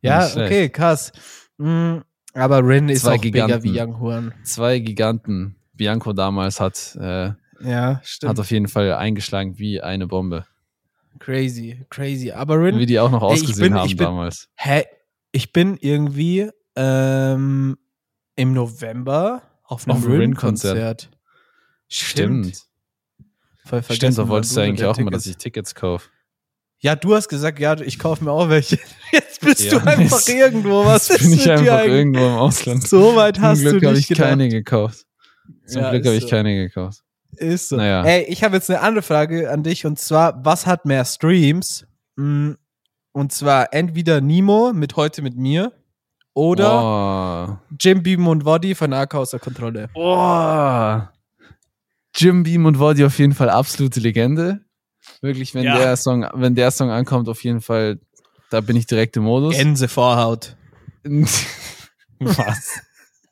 Speaker 2: Ja,
Speaker 1: schlecht.
Speaker 2: okay, krass. Mm, aber Rin ist
Speaker 1: Zwei
Speaker 2: auch bigger
Speaker 1: Giganten.
Speaker 2: wie Yang Huan.
Speaker 1: Zwei Giganten. Bianco damals hat, äh,
Speaker 2: Ja,
Speaker 1: hat
Speaker 2: stimmt.
Speaker 1: auf jeden Fall eingeschlagen wie eine Bombe.
Speaker 2: Crazy, crazy. Aber Rin,
Speaker 1: Wie die auch noch
Speaker 2: Ey, ich
Speaker 1: ausgesehen
Speaker 2: bin-
Speaker 1: haben
Speaker 2: ich bin-
Speaker 1: damals.
Speaker 2: Hä? Ich bin irgendwie ähm, im November auf einem
Speaker 1: Auf einem
Speaker 2: Rin-Konzert.
Speaker 1: Stimmt. Stimmt,
Speaker 2: Voll vergessen,
Speaker 1: da wolltest du
Speaker 2: Mann,
Speaker 1: eigentlich
Speaker 2: mit
Speaker 1: auch
Speaker 2: der
Speaker 1: immer, dass
Speaker 2: Tickets.
Speaker 1: ich Tickets kaufe.
Speaker 2: Ja, du hast gesagt, ja, ich kaufe mir auch welche. Jetzt bist
Speaker 1: Ja,
Speaker 2: du einfach
Speaker 1: jetzt-
Speaker 2: irgendwo. Was
Speaker 1: Jetzt
Speaker 2: ist
Speaker 1: bin
Speaker 2: mit
Speaker 1: ich
Speaker 2: dir
Speaker 1: einfach
Speaker 2: eigentlich?
Speaker 1: irgendwo im Ausland.
Speaker 2: So weit
Speaker 1: Zum
Speaker 2: hast
Speaker 1: Glück
Speaker 2: du
Speaker 1: habe
Speaker 2: nicht
Speaker 1: ich
Speaker 2: gedacht.
Speaker 1: keine gekauft. Zum
Speaker 2: Ja,
Speaker 1: Glück
Speaker 2: ist
Speaker 1: habe ich
Speaker 2: so.
Speaker 1: keine gekauft.
Speaker 2: Ist so.
Speaker 1: Naja.
Speaker 2: Ey, ich habe jetzt eine andere Frage an dich und zwar, was hat mehr Streams? Mm, Und zwar entweder Nimo mit heute mit mir oder
Speaker 1: Oder?
Speaker 2: Jim Beam und Woddy von AK außer Kontrolle.
Speaker 1: Oh. Oh. Jim Beam und Wadi auf jeden Fall absolute Legende. Wirklich, wenn
Speaker 2: Ja.
Speaker 1: der Song, wenn der Song ankommt, auf jeden Fall, da bin ich direkt im Modus.
Speaker 2: Gänsevorhaut.
Speaker 1: Was?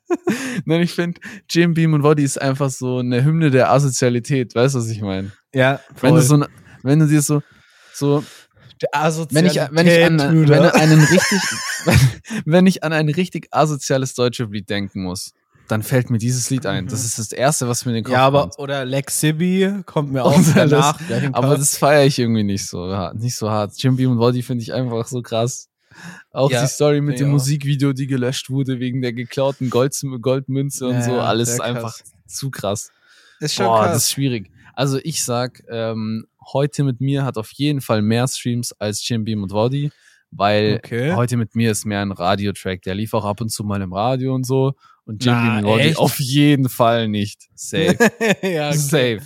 Speaker 1: Nein, ich finde, Jim Beam und Wadi ist einfach so eine Hymne der Asozialität. Weißt du, was ich meine?
Speaker 2: Ja,
Speaker 1: Wenn
Speaker 2: voll.
Speaker 1: du so, ein- wenn du dir so, so,
Speaker 2: Der
Speaker 1: wenn ich,
Speaker 2: Asozialität,
Speaker 1: wenn ich an,
Speaker 2: Bruder.
Speaker 1: wenn an einen richtig, wenn, wenn ich an ein richtig asoziales deutsches Lied denken muss, dann fällt mir dieses Lied ein. Das ist das erste, was mir in den Kopf
Speaker 2: Mhm. ja, aber
Speaker 1: kommt.
Speaker 2: oder Lex Sibi kommt mir auch
Speaker 1: Oder
Speaker 2: danach. gleich in den
Speaker 1: Aber
Speaker 2: Kopf.
Speaker 1: das feiere ich irgendwie nicht so, ja, nicht so hart. Jim Beam und Wadi finde ich einfach so krass. Auch
Speaker 2: Ja,
Speaker 1: die Story mit
Speaker 2: finde
Speaker 1: dem
Speaker 2: ich auch.
Speaker 1: Musikvideo, die gelöscht wurde wegen der geklauten Gold, Goldmünze und
Speaker 2: Ja,
Speaker 1: so,
Speaker 2: ja,
Speaker 1: alles
Speaker 2: sehr
Speaker 1: ist
Speaker 2: krass.
Speaker 1: einfach zu krass.
Speaker 2: ist schon
Speaker 1: Boah,
Speaker 2: krass.
Speaker 1: das ist schwierig. Also ich sag, ähm, heute mit mir hat auf jeden Fall mehr Streams als Jim Beam und Wadi, weil
Speaker 2: Okay.
Speaker 1: heute mit mir ist mehr ein Radiotrack. Der lief auch ab und zu mal im Radio und so. Und Jim
Speaker 2: Na,
Speaker 1: Beam und Wadi
Speaker 2: echt?
Speaker 1: auf jeden Fall nicht. Safe.
Speaker 2: ja,
Speaker 1: Safe.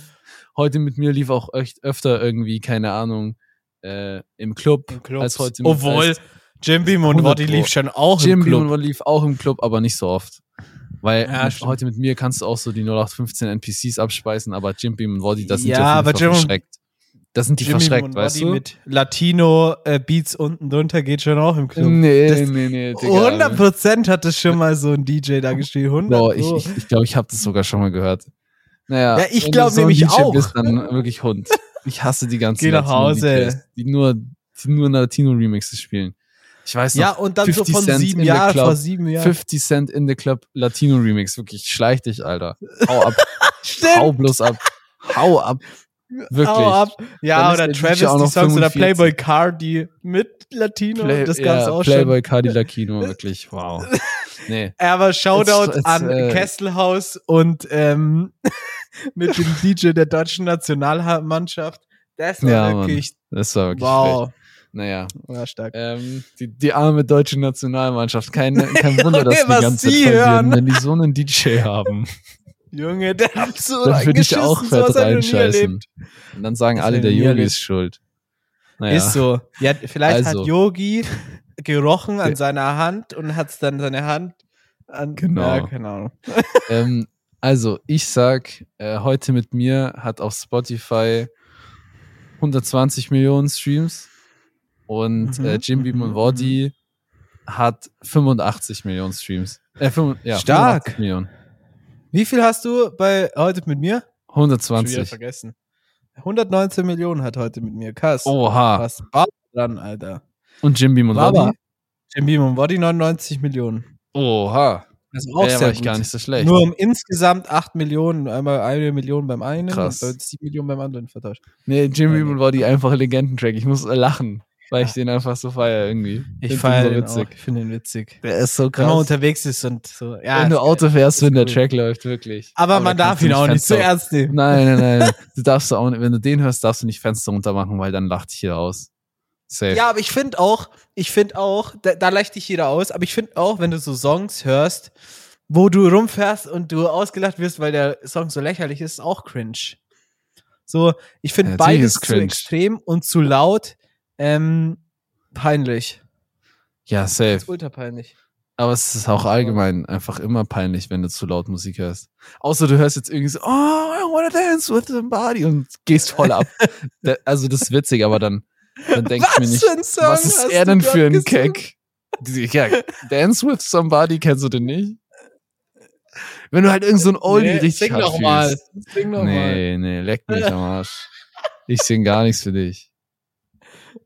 Speaker 1: Heute mit mir lief auch echt öfter irgendwie, keine Ahnung, äh, im Club,
Speaker 2: Im Club.
Speaker 1: als heute mit
Speaker 2: Obwohl,
Speaker 1: als
Speaker 2: Jim Beam und
Speaker 1: 100
Speaker 2: Woddy
Speaker 1: Pro.
Speaker 2: lief schon auch
Speaker 1: Jim
Speaker 2: im
Speaker 1: Beam
Speaker 2: Club.
Speaker 1: und Wadi lief auch im Club, aber nicht so oft. Weil
Speaker 2: Ja,
Speaker 1: mit-
Speaker 2: stimmt.
Speaker 1: heute mit mir kannst du auch so die 0815 NPCs abspeisen, aber Jim Beam und Wadi, das sind
Speaker 2: Ja,
Speaker 1: die auf jeden
Speaker 2: aber
Speaker 1: Fall
Speaker 2: Jim und-
Speaker 1: verschreckt. Das sind die
Speaker 2: Jim Beam
Speaker 1: verschreckt,
Speaker 2: und
Speaker 1: weißt
Speaker 2: Woddy
Speaker 1: du?
Speaker 2: mit Latino-Beats unten drunter geht schon auch im Club.
Speaker 1: nee,
Speaker 2: Das-
Speaker 1: nee, nee, Digga.
Speaker 2: 100% hat das schon mal so ein DJ da gespielt. 100
Speaker 1: Bro, ich glaube, ich, ich, glaub, ich habe das sogar schon mal gehört. Naja,
Speaker 2: Ja, ich
Speaker 1: wenn du
Speaker 2: glaub
Speaker 1: so ein
Speaker 2: nämlich
Speaker 1: DJ
Speaker 2: auch.
Speaker 1: Bist, dann wirklich Hund. Ich hasse die ganzen
Speaker 2: Geh nach
Speaker 1: Latino
Speaker 2: Hause.
Speaker 1: DJs, die nur, die nur Latino-Remixes spielen. Ich weiß noch,
Speaker 2: ja, und dann so
Speaker 1: 50
Speaker 2: von
Speaker 1: Cent
Speaker 2: sieben
Speaker 1: in the
Speaker 2: Jahren,
Speaker 1: Club.
Speaker 2: vor sieben Jahren.
Speaker 1: 50 Cent in the Club Latino-Remix. Wirklich, schleich dich, Alter. Hau ab, hau
Speaker 2: Stimmt,
Speaker 1: bloß ab. Hau ab. Wirklich.
Speaker 2: hau ab. Ja,
Speaker 1: Dann ist
Speaker 2: oder
Speaker 1: der
Speaker 2: Travis,
Speaker 1: DJ auch
Speaker 2: die
Speaker 1: noch
Speaker 2: Songs oder
Speaker 1: 45.
Speaker 2: Playboy Cardi mit Latino,
Speaker 1: Play,
Speaker 2: das gab's
Speaker 1: ja,
Speaker 2: auch
Speaker 1: Playboy Cardi Lacino, wirklich, wow. Nee.
Speaker 2: schon. Aber Shoutout
Speaker 1: Jetzt- jetzt,
Speaker 2: an
Speaker 1: äh,
Speaker 2: Kesselhaus und ähm, mit dem DJ der deutschen Nationalmannschaft. Das war
Speaker 1: Ja, Mann,
Speaker 2: wirklich,
Speaker 1: Das war wirklich wow.
Speaker 2: wow,
Speaker 1: Naja,
Speaker 2: war stark.
Speaker 1: ähm, die, die arme deutsche Nationalmannschaft. Kein, kein Wunder, dass die
Speaker 2: was
Speaker 1: ganze
Speaker 2: die
Speaker 1: Zeit verlieren,
Speaker 2: hören.
Speaker 1: wenn die so einen DJ haben.
Speaker 2: Junge, der hat so
Speaker 1: Dann würde ich
Speaker 2: reingeschissen,
Speaker 1: auch fett
Speaker 2: sowas hab ich noch nie
Speaker 1: reinscheißen.
Speaker 2: erlebt.
Speaker 1: Und dann sagen
Speaker 2: Das
Speaker 1: alle,
Speaker 2: hab ich
Speaker 1: der
Speaker 2: noch nie
Speaker 1: Yogi
Speaker 2: erlebt.
Speaker 1: ist schuld. Naja.
Speaker 2: Ist so. Ja, vielleicht
Speaker 1: Also.
Speaker 2: hat Yogi gerochen an
Speaker 1: Ja.
Speaker 2: seiner Hand und hat dann seine Hand an.
Speaker 1: Genau.
Speaker 2: Ja, keine Ahnung.
Speaker 1: ähm, also, ich sag, äh, heute mit mir hat auf Spotify 120 Millionen Streams und
Speaker 2: Mhm,
Speaker 1: äh, Jim Beam
Speaker 2: mhm,
Speaker 1: und Wadi hat 85 Millionen Streams. Äh, fünf- ja,
Speaker 2: Stark.
Speaker 1: 85 Millionen.
Speaker 2: Wie viel hast du bei heute mit mir? Schon wieder
Speaker 1: 120.
Speaker 2: vergessen. 119 Millionen hat heute mit mir. Kass.
Speaker 1: Oha.
Speaker 2: Was war dran, Alter?
Speaker 1: Und Jim Beam und
Speaker 2: Baba.
Speaker 1: Wadi?
Speaker 2: Jim Beam und Body 99 Millionen.
Speaker 1: Oha.
Speaker 2: Das ist
Speaker 1: Auch Der war ich gar nicht so schlecht.
Speaker 2: Nur um insgesamt 8 Millionen, einmal eine Million beim einen
Speaker 1: Krass.
Speaker 2: und 7 Millionen beim anderen vertauscht.
Speaker 1: nee, Jim
Speaker 2: Ja,
Speaker 1: Beam
Speaker 2: nee.
Speaker 1: und Wadi einfach ein Legendentrack. Ich muss äh, lachen, weil ich den einfach so feier irgendwie.
Speaker 2: Ich
Speaker 1: Find
Speaker 2: feiere
Speaker 1: den
Speaker 2: den
Speaker 1: so Genau,
Speaker 2: auch. Ich finde ihn witzig.
Speaker 1: Der ist so
Speaker 2: Wenn man
Speaker 1: krass.
Speaker 2: Genau unterwegs ist und so. Ja,
Speaker 1: wenn du
Speaker 2: ist
Speaker 1: Auto
Speaker 2: geil.
Speaker 1: fährst, wenn der
Speaker 2: cool.
Speaker 1: Track läuft, wirklich.
Speaker 2: Aber
Speaker 1: da
Speaker 2: man
Speaker 1: kannst
Speaker 2: darf
Speaker 1: du
Speaker 2: ihn auch nicht
Speaker 1: Fenster-
Speaker 2: zu ernst nehmen.
Speaker 1: Nein, nein, nein. Du darfst auch nicht, wenn du den hörst, darfst du nicht Fenster runter machen, weil dann lacht dich hier aus. Safe.
Speaker 2: Ja, aber ich finde auch, ich finde auch, da, da leicht dich jeder aus, aber ich finde auch, wenn du so Songs hörst, wo du rumfährst und du ausgelacht wirst, weil der Song so lächerlich ist, ist auch cringe. So, ich finde
Speaker 1: Ja, natürlich
Speaker 2: beides
Speaker 1: ist
Speaker 2: zu
Speaker 1: cringe.
Speaker 2: extrem und zu laut Ähm, peinlich.
Speaker 1: Ja,
Speaker 2: Das
Speaker 1: safe.
Speaker 2: ist ultra peinlich.
Speaker 1: Aber es ist auch allgemein einfach immer peinlich, wenn du zu laut Musik hörst. Außer du hörst jetzt irgendwie so, oh, I wanna dance with somebody und gehst voll ab. Da- also das ist witzig, aber dann, dann denke ich mir nicht,
Speaker 2: ein Song
Speaker 1: was ist
Speaker 2: hast
Speaker 1: er
Speaker 2: du
Speaker 1: denn
Speaker 2: dort
Speaker 1: für ein
Speaker 2: gesungen?
Speaker 1: Keck? Die- Ja, dance with somebody kennst du den nicht? Wenn du halt irgend so ein Oldie
Speaker 2: Nee,
Speaker 1: richtig
Speaker 2: Sing
Speaker 1: hart
Speaker 2: noch mal.
Speaker 1: fühlst.
Speaker 2: Sing noch mal.
Speaker 1: Nee, nee, leck mich am Arsch. Ich sing gar nichts für dich.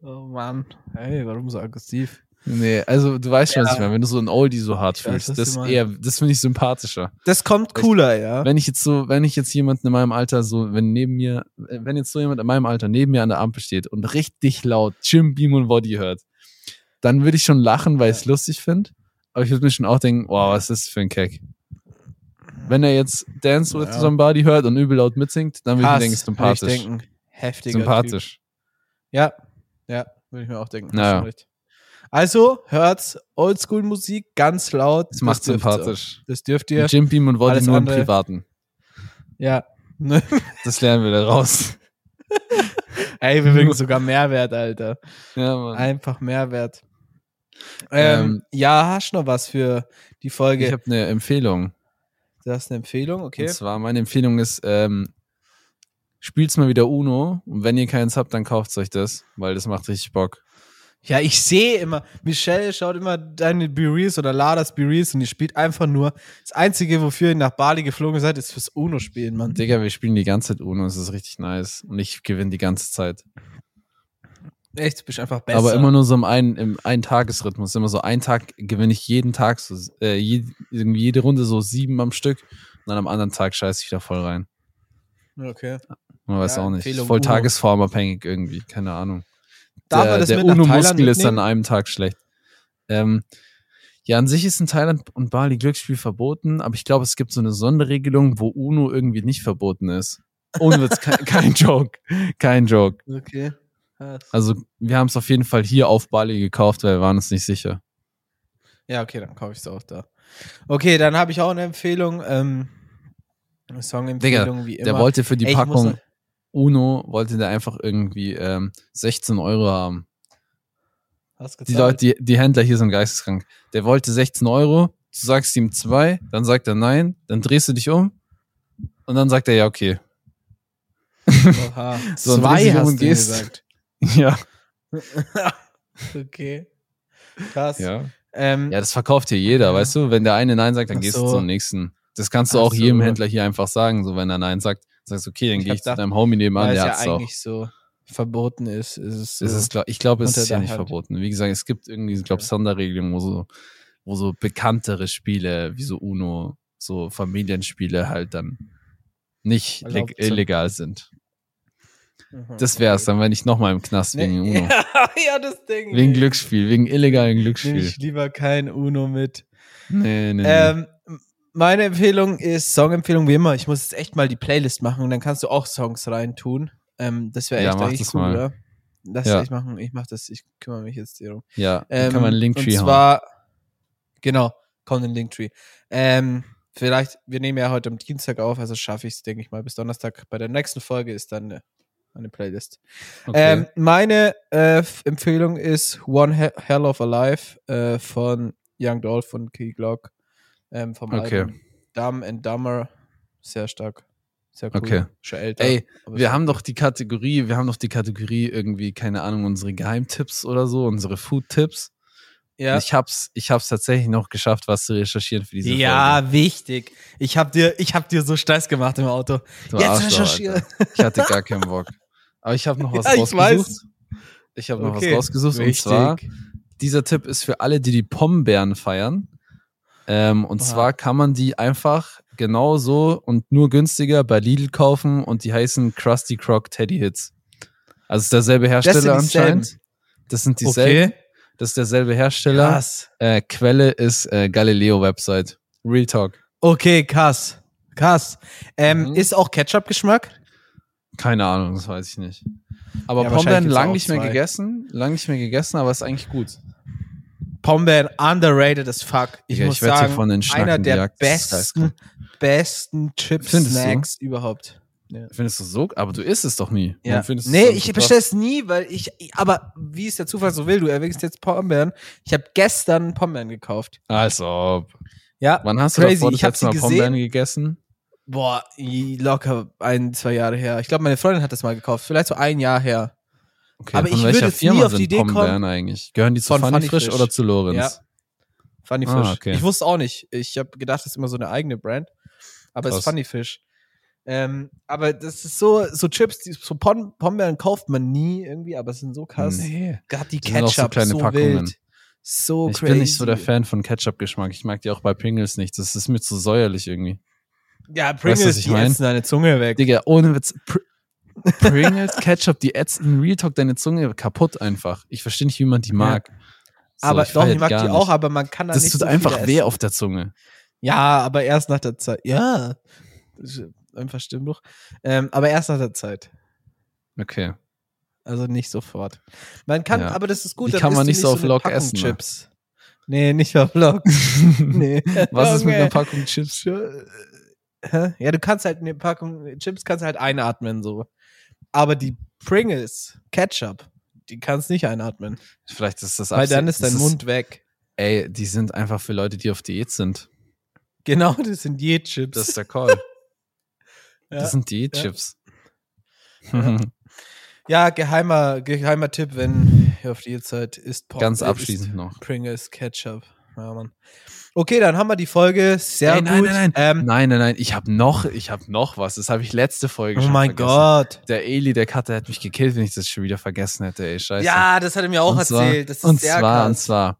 Speaker 2: Oh Mann. Hey, warum so aggressiv?
Speaker 1: Nee, also du weißt schon, was
Speaker 2: Ja.
Speaker 1: ich meine. Wenn du so ein Oldie so hart
Speaker 2: Ich weiß,
Speaker 1: fühlst,
Speaker 2: was
Speaker 1: das
Speaker 2: du meinst.
Speaker 1: eher, das finde ich sympathischer.
Speaker 2: Das kommt cooler, ja.
Speaker 1: Wenn ich jetzt so, wenn ich jetzt jemanden in meinem Alter so, wenn neben mir, wenn jetzt so jemand in meinem Alter neben mir an der Ampel steht und richtig laut Jim Beam und Body hört, dann würde ich schon lachen, weil ich es lustig finde. Aber ich würde mir schon auch denken, wow, was ist das für ein Keck. Wenn er jetzt Dance with
Speaker 2: Ja.
Speaker 1: Somebody hört und übel laut mitsingt, dann würde ich mir
Speaker 2: Krass,
Speaker 1: denken,
Speaker 2: würde ich
Speaker 1: sympathisch.
Speaker 2: denken, heftiger Typ.
Speaker 1: Sympathisch.
Speaker 2: Ja, ja, würde ich mir auch denken.
Speaker 1: Naja.
Speaker 2: Hast schon recht. Also hört Oldschool-Musik ganz laut.
Speaker 1: Das macht
Speaker 2: dürft ihr.
Speaker 1: sympathisch.
Speaker 2: Das dürft ihr.
Speaker 1: Jim Beam und Body
Speaker 2: Alles
Speaker 1: nur im
Speaker 2: andere-
Speaker 1: Privaten.
Speaker 2: Ja. Ne?
Speaker 1: Das lernen wir da raus.
Speaker 2: Ey, wir wirken sogar Mehrwert, Alter.
Speaker 1: Ja, Mann.
Speaker 2: Einfach Mehrwert. Ähm,
Speaker 1: Ähm,
Speaker 2: ja, hast du noch was für die
Speaker 1: Ich
Speaker 2: Folge?
Speaker 1: habe eine Empfehlung.
Speaker 2: du hast eine Empfehlung, okay?
Speaker 1: Und zwar, meine Empfehlung ist, ähm, spielt's mal wieder Uno. Und wenn ihr keins habt, dann kauft's euch das, weil das macht richtig Bock.
Speaker 2: Ja, ich sehe immer, Michelle schaut immer deine Bereels oder Ladas Bereels und die spielt einfach nur. Das Einzige, wofür ihr nach Bali geflogen seid, ist fürs UNO-Spielen, Mann.
Speaker 1: Digga, wir spielen die ganze Zeit Uno, es ist richtig nice. Und ich gewinne die ganze Zeit.
Speaker 2: Echt, du bist einfach besser.
Speaker 1: Aber immer nur so im einen, im einen Tagesrhythmus. Immer so einen Tag gewinne ich jeden Tag, so, äh, je, irgendwie jede Runde so sieben am Stück. Und dann am anderen Tag scheiße ich da voll rein.
Speaker 2: Okay.
Speaker 1: Man weiß
Speaker 2: Ja,
Speaker 1: auch nicht. Ist
Speaker 2: Empfehlung
Speaker 1: Voll
Speaker 2: Uno.
Speaker 1: tagesformabhängig irgendwie, keine Ahnung.
Speaker 2: Darf
Speaker 1: der
Speaker 2: man das
Speaker 1: der
Speaker 2: mit nach Thailand
Speaker 1: UNO-Muskel ist an
Speaker 2: mitnehmen?
Speaker 1: einem Tag schlecht. Ähm, ja, an sich ist in Thailand und Bali Glücksspiel verboten, aber ich glaube, es gibt so eine Sonderregelung, wo UNO irgendwie nicht verboten ist. Ohne Witz, kein, kein Joke. Kein Joke.
Speaker 2: Okay. Krass.
Speaker 1: Also, wir haben es auf jeden Fall hier auf Bali gekauft, weil wir waren uns nicht sicher.
Speaker 2: Ja, okay, dann kaufe ich es auch da. Okay, dann habe ich auch eine Empfehlung. Ähm, eine Song-Empfehlung, wie immer.
Speaker 1: Der wollte für die
Speaker 2: Ey, ich muss
Speaker 1: Packung
Speaker 2: noch-
Speaker 1: UNO, wollte der einfach irgendwie ähm, 16 Euro haben.
Speaker 2: Hast
Speaker 1: Die
Speaker 2: gezahlt?
Speaker 1: Leute, die, die Händler hier sind geisteskrank. Der wollte 16 Euro, du sagst ihm zwei, dann sagt er nein, dann drehst du dich um und dann sagt er ja, okay.
Speaker 2: Oha.
Speaker 1: So ein
Speaker 2: Zwei
Speaker 1: riesiger
Speaker 2: hast du
Speaker 1: Hund gehst.
Speaker 2: gesagt.
Speaker 1: Ja.
Speaker 2: Okay. Krass.
Speaker 1: Ja,
Speaker 2: Ähm,
Speaker 1: ja das verkauft hier jeder,
Speaker 2: Ja.
Speaker 1: weißt du? Wenn der eine nein sagt, dann
Speaker 2: Ach
Speaker 1: gehst
Speaker 2: so.
Speaker 1: du zum nächsten. Das kannst du
Speaker 2: Ach
Speaker 1: auch jedem
Speaker 2: so.
Speaker 1: Händler hier einfach sagen, so wenn er nein sagt, sagst du, okay, dann
Speaker 2: Ich
Speaker 1: gehe
Speaker 2: hab
Speaker 1: ich zu
Speaker 2: gedacht,
Speaker 1: deinem Homie nebenan,
Speaker 2: weil es
Speaker 1: der
Speaker 2: ja
Speaker 1: hat's auch.
Speaker 2: eigentlich so verboten ist, ist es so.
Speaker 1: Es ist, glaub, ich glaube, es
Speaker 2: Unter
Speaker 1: ist hier
Speaker 2: der halt
Speaker 1: nicht
Speaker 2: Hand.
Speaker 1: verboten. Wie gesagt, es gibt irgendwie, ich glaube,
Speaker 2: Okay.
Speaker 1: Sonderregelungen, wo so, wo so bekanntere Spiele, wie so UNO, so Familienspiele halt dann nicht
Speaker 2: Erlaubt
Speaker 1: leg-
Speaker 2: sind.
Speaker 1: illegal sind.
Speaker 2: Mhm.
Speaker 1: Das wär's dann, wenn ich nochmal im Knast wegen
Speaker 2: Nee.
Speaker 1: UNO.
Speaker 2: Ja, ja, das Ding.
Speaker 1: Wegen
Speaker 2: ey.
Speaker 1: Glücksspiel, wegen illegalen
Speaker 2: Nehme
Speaker 1: Glücksspiel.
Speaker 2: ich lieber kein UNO mit.
Speaker 1: Nee, nee, nee.
Speaker 2: Ähm, meine Empfehlung ist Songempfehlung wie immer. Ich muss jetzt echt mal die Playlist machen und dann kannst du auch Songs reintun. Ähm, das wäre
Speaker 1: Ja,
Speaker 2: echt
Speaker 1: mach
Speaker 2: eigentlich
Speaker 1: das
Speaker 2: cool,
Speaker 1: mal.
Speaker 2: oder? Lass
Speaker 1: Ja.
Speaker 2: das ich machen. Ich mach das. Ich kümmere mich jetzt darum.
Speaker 1: ja,
Speaker 2: Ähm,
Speaker 1: dann kann man einen Linktree
Speaker 2: Und
Speaker 1: haben.
Speaker 2: zwar, genau, kommt in den Linktree. Ähm, vielleicht, wir nehmen ja heute am Dienstag auf, also schaffe ich es, denke ich mal, bis Donnerstag. Bei der nächsten Folge ist dann eine, eine Playlist.
Speaker 1: Okay.
Speaker 2: Ähm, meine äh, F- Empfehlung ist One He Hell of a Life äh, von Young Dolph und Key Glock ähm, vom
Speaker 1: Okay.
Speaker 2: Album Dumb and Dumber. Sehr stark. Sehr cool.
Speaker 1: Okay.
Speaker 2: Schon älter.
Speaker 1: Ey,
Speaker 2: aber
Speaker 1: wir
Speaker 2: sehr-
Speaker 1: haben doch die Kategorie, wir haben doch die Kategorie irgendwie, keine Ahnung, unsere Geheimtipps oder so, unsere Food-Tipps.
Speaker 2: ja.
Speaker 1: Ich hab's, ich hab's tatsächlich noch geschafft, was zu recherchieren für diese
Speaker 2: ja, wichtig. Ich hab dir, ich hab dir so Stress gemacht im Auto.
Speaker 1: Folge. Du
Speaker 2: Jetzt
Speaker 1: Arschloch,
Speaker 2: recherchiere.
Speaker 1: Alter. Ich hatte gar keinen Bock. Aber ich habe noch was
Speaker 2: Ja, ich
Speaker 1: rausgesucht. Ich, habe noch
Speaker 2: Okay.
Speaker 1: was rausgesucht. Und zwar, dieser Tipp ist für alle, die die Pombeeren feiern. Ähm, und
Speaker 2: Oha.
Speaker 1: zwar kann man die einfach genauso und nur günstiger bei Lidl kaufen und die heißen Krusty Croc Teddy Hits. Also es ist derselbe Hersteller
Speaker 2: dieselben.
Speaker 1: anscheinend. Das sind dieselben.
Speaker 2: okay.
Speaker 1: Das ist derselbe Hersteller.
Speaker 2: Krass.
Speaker 1: Äh, Quelle ist äh, Galileo-Website. Real Talk.
Speaker 2: Okay, krass. Krass. Ähm,
Speaker 1: Mhm.
Speaker 2: Ist auch Ketchup-Geschmack?
Speaker 1: Keine Ahnung, das weiß ich nicht. Aber
Speaker 2: Ja, wahrscheinlich
Speaker 1: Pombeeren
Speaker 2: gibt's
Speaker 1: lang
Speaker 2: auch
Speaker 1: nicht mehr
Speaker 2: zwei.
Speaker 1: gegessen, lang nicht mehr gegessen, aber ist eigentlich gut.
Speaker 2: Pombeeren underrated as fuck. Ich
Speaker 1: Digga,
Speaker 2: muss
Speaker 1: ich werd hier
Speaker 2: sagen,
Speaker 1: von den Schnacken
Speaker 2: einer der
Speaker 1: gejagt. Das ist
Speaker 2: besten, besten
Speaker 1: Findest du?
Speaker 2: Chips-Snacks überhaupt. Ja.
Speaker 1: Findest du so, aber du isst es doch nie. Warum findest du es
Speaker 2: Nee,
Speaker 1: dann so
Speaker 2: ich
Speaker 1: krass?
Speaker 2: bestelle es nie, weil ich, aber wie es der Zufall so will, du erwähnst jetzt Pombeeren. Ich habe gestern Pombeeren gekauft.
Speaker 1: Als ob.
Speaker 2: Ja,
Speaker 1: Wann hast
Speaker 2: Crazy,
Speaker 1: du davor das
Speaker 2: ich hab
Speaker 1: letzte
Speaker 2: sie
Speaker 1: Mal Pombeeren gegessen?
Speaker 2: boah, i- locker ein, zwei Jahre her. Ich glaube, meine Freundin hat das mal gekauft, vielleicht so ein Jahr her.
Speaker 1: Okay,
Speaker 2: Aber
Speaker 1: von
Speaker 2: ich würde
Speaker 1: welcher
Speaker 2: jetzt nie
Speaker 1: Firma
Speaker 2: auf die
Speaker 1: sind
Speaker 2: Idee
Speaker 1: Pombeeren
Speaker 2: kommen-
Speaker 1: eigentlich? Gehören die zu
Speaker 2: Von
Speaker 1: Funny,
Speaker 2: Funny
Speaker 1: Frisch,
Speaker 2: Frisch.
Speaker 1: oder zu Lorenz?
Speaker 2: Ja. Funny Fish.
Speaker 1: Ah, okay.
Speaker 2: Ich wusste auch nicht. Ich habe gedacht, das ist immer so eine eigene Brand. Aber es
Speaker 1: Krass.
Speaker 2: ist Funny Fish. Ähm, aber das ist so, so Chips, die, so Pom Pombeeren kauft man nie irgendwie, aber es sind so krass.
Speaker 1: Nee.
Speaker 2: Gerade die
Speaker 1: Die sind auch so
Speaker 2: Ketchup, so,
Speaker 1: kleine Packungen.
Speaker 2: wild. So
Speaker 1: ich
Speaker 2: crazy.
Speaker 1: bin nicht so der Fan von Ketchup-Geschmack. Ich mag die auch bei Pringles nicht. Das ist mir zu säuerlich irgendwie.
Speaker 2: Ja,
Speaker 1: Weißt
Speaker 2: Pringles,
Speaker 1: du, was ich
Speaker 2: die
Speaker 1: mein?
Speaker 2: essen deine Zunge weg.
Speaker 1: Digga, ohne Witz. Pr Pringles, Ketchup, die ätzen Real Talk deine Zunge kaputt einfach. Ich verstehe nicht, wie man die mag. So,
Speaker 2: aber
Speaker 1: ich
Speaker 2: doch,
Speaker 1: feier
Speaker 2: ich mag
Speaker 1: gar
Speaker 2: die
Speaker 1: nicht.
Speaker 2: auch, aber man kann da
Speaker 1: Das
Speaker 2: nicht
Speaker 1: tut
Speaker 2: so viel
Speaker 1: einfach weh
Speaker 2: essen.
Speaker 1: auf der Zunge.
Speaker 2: Ja, aber erst nach der Zeit. Ja. Das ist Einfach Stimmbruch. Ähm, aber erst nach der Zeit.
Speaker 1: Okay.
Speaker 2: Also nicht sofort. Man kann,
Speaker 1: Ja.
Speaker 2: aber das ist gut.
Speaker 1: Die
Speaker 2: dann
Speaker 1: kann man nicht
Speaker 2: isst du
Speaker 1: so auf
Speaker 2: eine
Speaker 1: Lock
Speaker 2: Packung
Speaker 1: essen, ne?
Speaker 2: Chips. Nee, nicht auf Lock. nee.
Speaker 1: Was ist mit
Speaker 2: Junge.
Speaker 1: einer Packung Chips?
Speaker 2: Hä? Ja, du kannst halt eine Packung Chips kannst halt einatmen so. Aber die Pringles Ketchup, die kannst nicht einatmen,
Speaker 1: Vielleicht ist das
Speaker 2: weil dann
Speaker 1: absicht-
Speaker 2: ist dein
Speaker 1: das
Speaker 2: Mund weg.
Speaker 1: Ey, die sind einfach für Leute, die auf Diät sind.
Speaker 2: Genau, das sind je Chips.
Speaker 1: Das ist der Call.
Speaker 2: ja.
Speaker 1: Das sind Diät-Chips.
Speaker 2: Ja. ja, geheimer geheimer Tipp, wenn ihr auf die Zeit ist
Speaker 1: Ganz abschließend noch.
Speaker 2: äh, Pringles Ketchup. Ja, Mann. Okay, dann haben wir die Folge sehr
Speaker 1: Ey, nein,
Speaker 2: gut.
Speaker 1: nein,
Speaker 2: Ähm,
Speaker 1: Nein, nein, nein, ich habe noch, ich habe noch was. Das habe ich letzte Folge
Speaker 2: Oh
Speaker 1: schon
Speaker 2: mein
Speaker 1: vergessen.
Speaker 2: Gott.
Speaker 1: Der Eli, der Cutter, hätte mich gekillt, wenn ich das schon wieder vergessen hätte, ey, scheiße.
Speaker 2: Ja, das hat er mir auch
Speaker 1: Und zwar-
Speaker 2: erzählt. das ist
Speaker 1: und
Speaker 2: sehr
Speaker 1: zwar,
Speaker 2: krass.
Speaker 1: und zwar,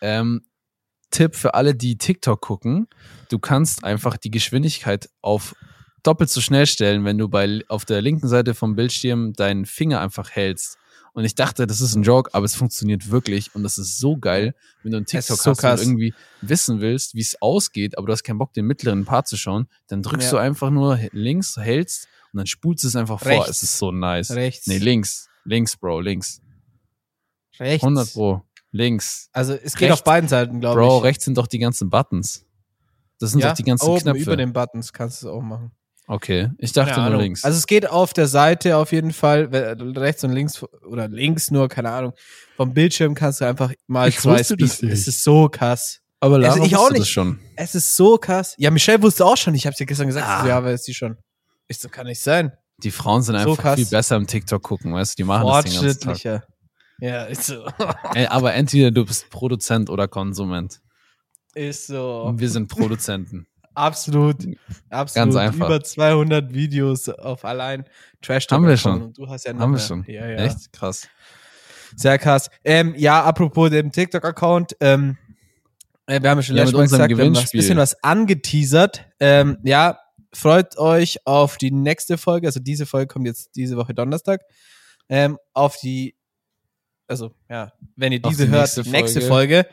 Speaker 1: ähm, Tipp für alle, die TikTok gucken, du kannst einfach die Geschwindigkeit auf doppelt so schnell stellen, wenn du bei, auf der linken Seite vom Bildschirm deinen Finger einfach hältst. Und ich dachte, das ist ein Joke, aber es funktioniert wirklich und das ist so geil, wenn du einen
Speaker 2: Es ist
Speaker 1: TikTok
Speaker 2: so
Speaker 1: hast
Speaker 2: krass.
Speaker 1: und irgendwie wissen willst, wie es ausgeht, aber du hast keinen Bock, den mittleren Part zu schauen, dann drückst
Speaker 2: Ja.
Speaker 1: du einfach nur links, hältst und dann spulst du es einfach vor.
Speaker 2: Rechts.
Speaker 1: Es ist so nice.
Speaker 2: Rechts.
Speaker 1: Nee, links. Links, Bro, links.
Speaker 2: rechts.
Speaker 1: 100 Pro. Links.
Speaker 2: Also es geht
Speaker 1: Rechts.
Speaker 2: auf beiden Seiten, glaube ich.
Speaker 1: Bro, rechts sind doch die ganzen Buttons. Das sind
Speaker 2: ja?
Speaker 1: doch die ganzen
Speaker 2: Oben
Speaker 1: Knöpfe.
Speaker 2: über den Buttons kannst du es auch machen.
Speaker 1: okay, ich dachte
Speaker 2: Keine
Speaker 1: nur
Speaker 2: Ahnung.
Speaker 1: links.
Speaker 2: Also es geht auf der Seite auf jeden Fall, we- rechts und links oder links nur, keine Ahnung. Vom Bildschirm kannst du einfach mal
Speaker 1: Ich
Speaker 2: zwei
Speaker 1: wusste das
Speaker 2: Speed-
Speaker 1: nicht.
Speaker 2: Es ist so krass.
Speaker 1: aber
Speaker 2: Lara
Speaker 1: ich auch
Speaker 2: wusste
Speaker 1: nicht.
Speaker 2: das
Speaker 1: Das schon.
Speaker 2: Es ist so krass. Ja, Michelle wusste auch schon. Ich habe dir gestern gesagt,
Speaker 1: Ah.
Speaker 2: ah. ja, weiß die schon. Ich so, kann nicht sein.
Speaker 1: Die Frauen sind
Speaker 2: So
Speaker 1: einfach
Speaker 2: krass.
Speaker 1: viel besser im TikTok gucken, weißt du? Die machen das den ganzen Tag.
Speaker 2: Fortschrittlicher. Ja, ist so.
Speaker 1: Ey, aber entweder du bist Produzent oder Konsument.
Speaker 2: Ist so.
Speaker 1: Und wir sind Produzenten.
Speaker 2: Absolut, absolut.
Speaker 1: einfach.
Speaker 2: Über 200 Videos auf allein Trash Talk
Speaker 1: Haben wir
Speaker 2: bekommen.
Speaker 1: schon.
Speaker 2: Und du hast ja noch
Speaker 1: Haben wir
Speaker 2: mehr.
Speaker 1: schon.
Speaker 2: Ja, ja.
Speaker 1: Echt? Krass.
Speaker 2: Sehr krass. Ähm, ja, apropos dem TikTok-Account. Ähm, äh, wir haben ja schon
Speaker 1: Ja,
Speaker 2: letztes
Speaker 1: mit unserem
Speaker 2: Mal gesagt, wir haben ein
Speaker 1: Gewinnspiel.
Speaker 2: bisschen was angeteasert. Ähm, ja, freut euch auf die nächste Folge. Also diese Folge kommt jetzt diese Woche Donnerstag. Ähm, auf die, also ja, wenn ihr
Speaker 1: Auf
Speaker 2: diese
Speaker 1: die
Speaker 2: hört,
Speaker 1: nächste
Speaker 2: nächste Folge.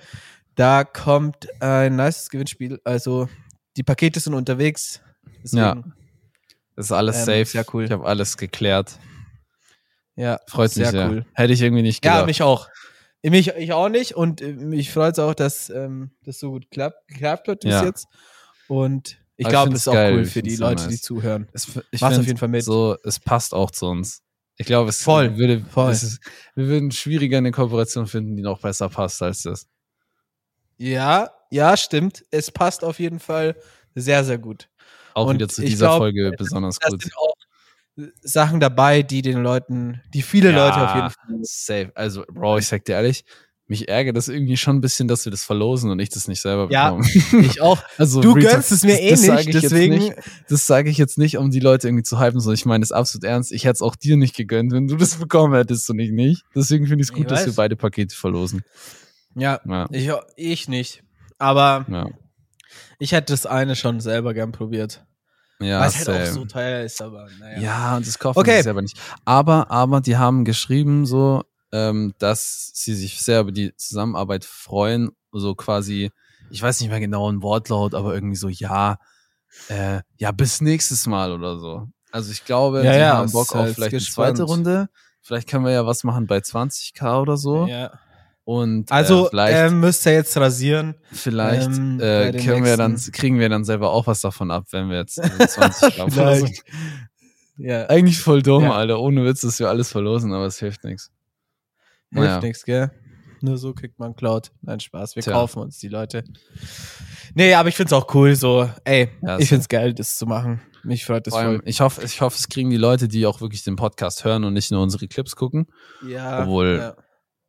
Speaker 2: da kommt ein nices Gewinnspiel. Also die Pakete sind unterwegs.
Speaker 1: Ja.
Speaker 2: Deswegen,
Speaker 1: Das ist alles
Speaker 2: Ähm,
Speaker 1: safe.
Speaker 2: sehr cool.
Speaker 1: Ich habe alles geklärt.
Speaker 2: ja,
Speaker 1: Freut mich sehr. Hätte ich irgendwie nicht
Speaker 2: Ja,
Speaker 1: gedacht.
Speaker 2: mich auch. Mich, ich auch nicht. Und äh, mich freut es auch, dass ähm, das so gut klappt, geklappt hat bis
Speaker 1: Ja.
Speaker 2: jetzt. Und ich
Speaker 1: Aber ich
Speaker 2: glaube,
Speaker 1: find's
Speaker 2: es ist auch
Speaker 1: geil.
Speaker 2: cool
Speaker 1: Ich
Speaker 2: für die
Speaker 1: find's
Speaker 2: Leute,
Speaker 1: sehr
Speaker 2: die
Speaker 1: nice.
Speaker 2: zuhören.
Speaker 1: Es, ich
Speaker 2: Mach's auf
Speaker 1: find
Speaker 2: jeden Fall mit.
Speaker 1: So, es passt auch zu uns. Ich glaube, es
Speaker 2: Voll,
Speaker 1: würde,
Speaker 2: voll.
Speaker 1: Es ist, wir würden schwieriger eine Kooperation finden, die noch besser passt als das.
Speaker 2: Ja, ja, stimmt. Es passt auf jeden Fall sehr, sehr gut.
Speaker 1: Auch
Speaker 2: Und
Speaker 1: wieder zu
Speaker 2: ich
Speaker 1: dieser
Speaker 2: glaub,
Speaker 1: Folge besonders
Speaker 2: Da
Speaker 1: gut.
Speaker 2: sind auch äh, Sachen dabei, die den Leuten, die viele
Speaker 1: Ja.
Speaker 2: Leute auf jeden Fall.
Speaker 1: Safe. Also, Bro, ich sag dir ehrlich, mich ärgert das irgendwie schon ein bisschen, dass wir das verlosen und ich das nicht selber
Speaker 2: Ja.
Speaker 1: bekomme.
Speaker 2: Ich auch.
Speaker 1: Also,
Speaker 2: Du
Speaker 1: Real Talk,
Speaker 2: gönnst es mir
Speaker 1: das-
Speaker 2: eh
Speaker 1: das sag
Speaker 2: nicht,
Speaker 1: ich jetzt
Speaker 2: deswegen.
Speaker 1: nicht. Das sage ich jetzt nicht, um die Leute irgendwie zu hypen, sondern ich meine es absolut ernst. Ich hätte es auch dir nicht gegönnt, wenn du das bekommen hättest und ich nicht. Deswegen finde ich es
Speaker 2: Ich
Speaker 1: gut, dass wir
Speaker 2: weiß.
Speaker 1: beide Pakete verlosen.
Speaker 2: Ja,
Speaker 1: Ja.
Speaker 2: ich, ich nicht. Aber
Speaker 1: Ja.
Speaker 2: ich hätte das eine schon selber gern probiert.
Speaker 1: ja
Speaker 2: Weil es halt auch
Speaker 1: same.
Speaker 2: so teuer ist, aber naja.
Speaker 1: Ja, und das kaufen
Speaker 2: Okay.
Speaker 1: sie selber nicht. Aber, aber die haben geschrieben so, ähm, dass sie sich sehr über die Zusammenarbeit freuen. So quasi, ich weiß nicht mehr genau ein Wortlaut, aber irgendwie so, ja, äh, ja, bis nächstes Mal oder so. Also ich glaube,
Speaker 2: Ja,
Speaker 1: sie
Speaker 2: ja,
Speaker 1: haben
Speaker 2: es
Speaker 1: Bock
Speaker 2: ist
Speaker 1: auf
Speaker 2: halt
Speaker 1: vielleicht
Speaker 2: gespannt.
Speaker 1: eine zweite Runde. Vielleicht können wir ja was machen bei 20k oder so.
Speaker 2: ja.
Speaker 1: Und
Speaker 2: Also
Speaker 1: äh, vielleicht,
Speaker 2: ähm, müsst ihr jetzt rasieren.
Speaker 1: vielleicht
Speaker 2: ähm, bei
Speaker 1: äh,
Speaker 2: den
Speaker 1: können wir dann,
Speaker 2: nächsten-
Speaker 1: kriegen wir dann selber auch was davon ab, wenn wir jetzt äh, 20k oder so
Speaker 2: Vielleicht. Ja,
Speaker 1: Eigentlich voll dumm,
Speaker 2: Ja.
Speaker 1: Alter. Ohne Witz, dass wir alles verlosen, aber es hilft nichts.
Speaker 2: hilft
Speaker 1: Naja.
Speaker 2: nichts, gell? Nur so kriegt man Cloud. Nein, Spaß. Wir
Speaker 1: Tja.
Speaker 2: kaufen uns die Leute. Nee, aber ich find's auch cool, so, ey,
Speaker 1: Ja,
Speaker 2: ich
Speaker 1: so.
Speaker 2: find's geil, das zu machen. Mich freut das
Speaker 1: Vor allem,
Speaker 2: voll.
Speaker 1: ich hoffe, ich hoffe, es kriegen die Leute, die auch wirklich den Podcast hören und nicht nur unsere Clips gucken.
Speaker 2: Ja,
Speaker 1: Obwohl-
Speaker 2: ja.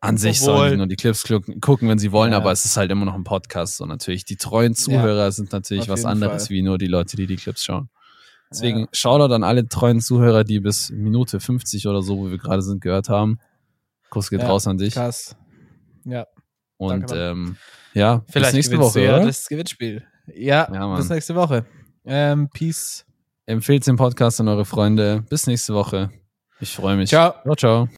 Speaker 1: An sich
Speaker 2: Obwohl-
Speaker 1: sollen die nur die Clips gluck- gucken, wenn sie wollen,
Speaker 2: Ja.
Speaker 1: aber es ist halt immer noch ein Podcast. So natürlich, die treuen Zuhörer sind natürlich
Speaker 2: Auf
Speaker 1: was
Speaker 2: jeden
Speaker 1: anderes
Speaker 2: Fall.
Speaker 1: wie nur die Leute, die die Clips schauen. Deswegen
Speaker 2: Ja.
Speaker 1: Shoutout an alle treuen Zuhörer, die bis Minute 50 oder so, wo wir gerade sind, gehört haben. Kuss geht
Speaker 2: Ja,
Speaker 1: raus an dich.
Speaker 2: krass. Ja,
Speaker 1: Und
Speaker 2: danke,
Speaker 1: ähm, ja, bis
Speaker 2: vielleicht
Speaker 1: nächste
Speaker 2: gewinnst
Speaker 1: Woche.
Speaker 2: du ja
Speaker 1: oder?
Speaker 2: das Gewinnspiel. Ja,
Speaker 1: Ja, Mann.
Speaker 2: bis nächste Woche. Ähm, peace.
Speaker 1: Empfehlt den Podcast an eure Freunde. Bis nächste Woche. Ich freue mich.
Speaker 2: Ciao.
Speaker 1: Ciao, ciao.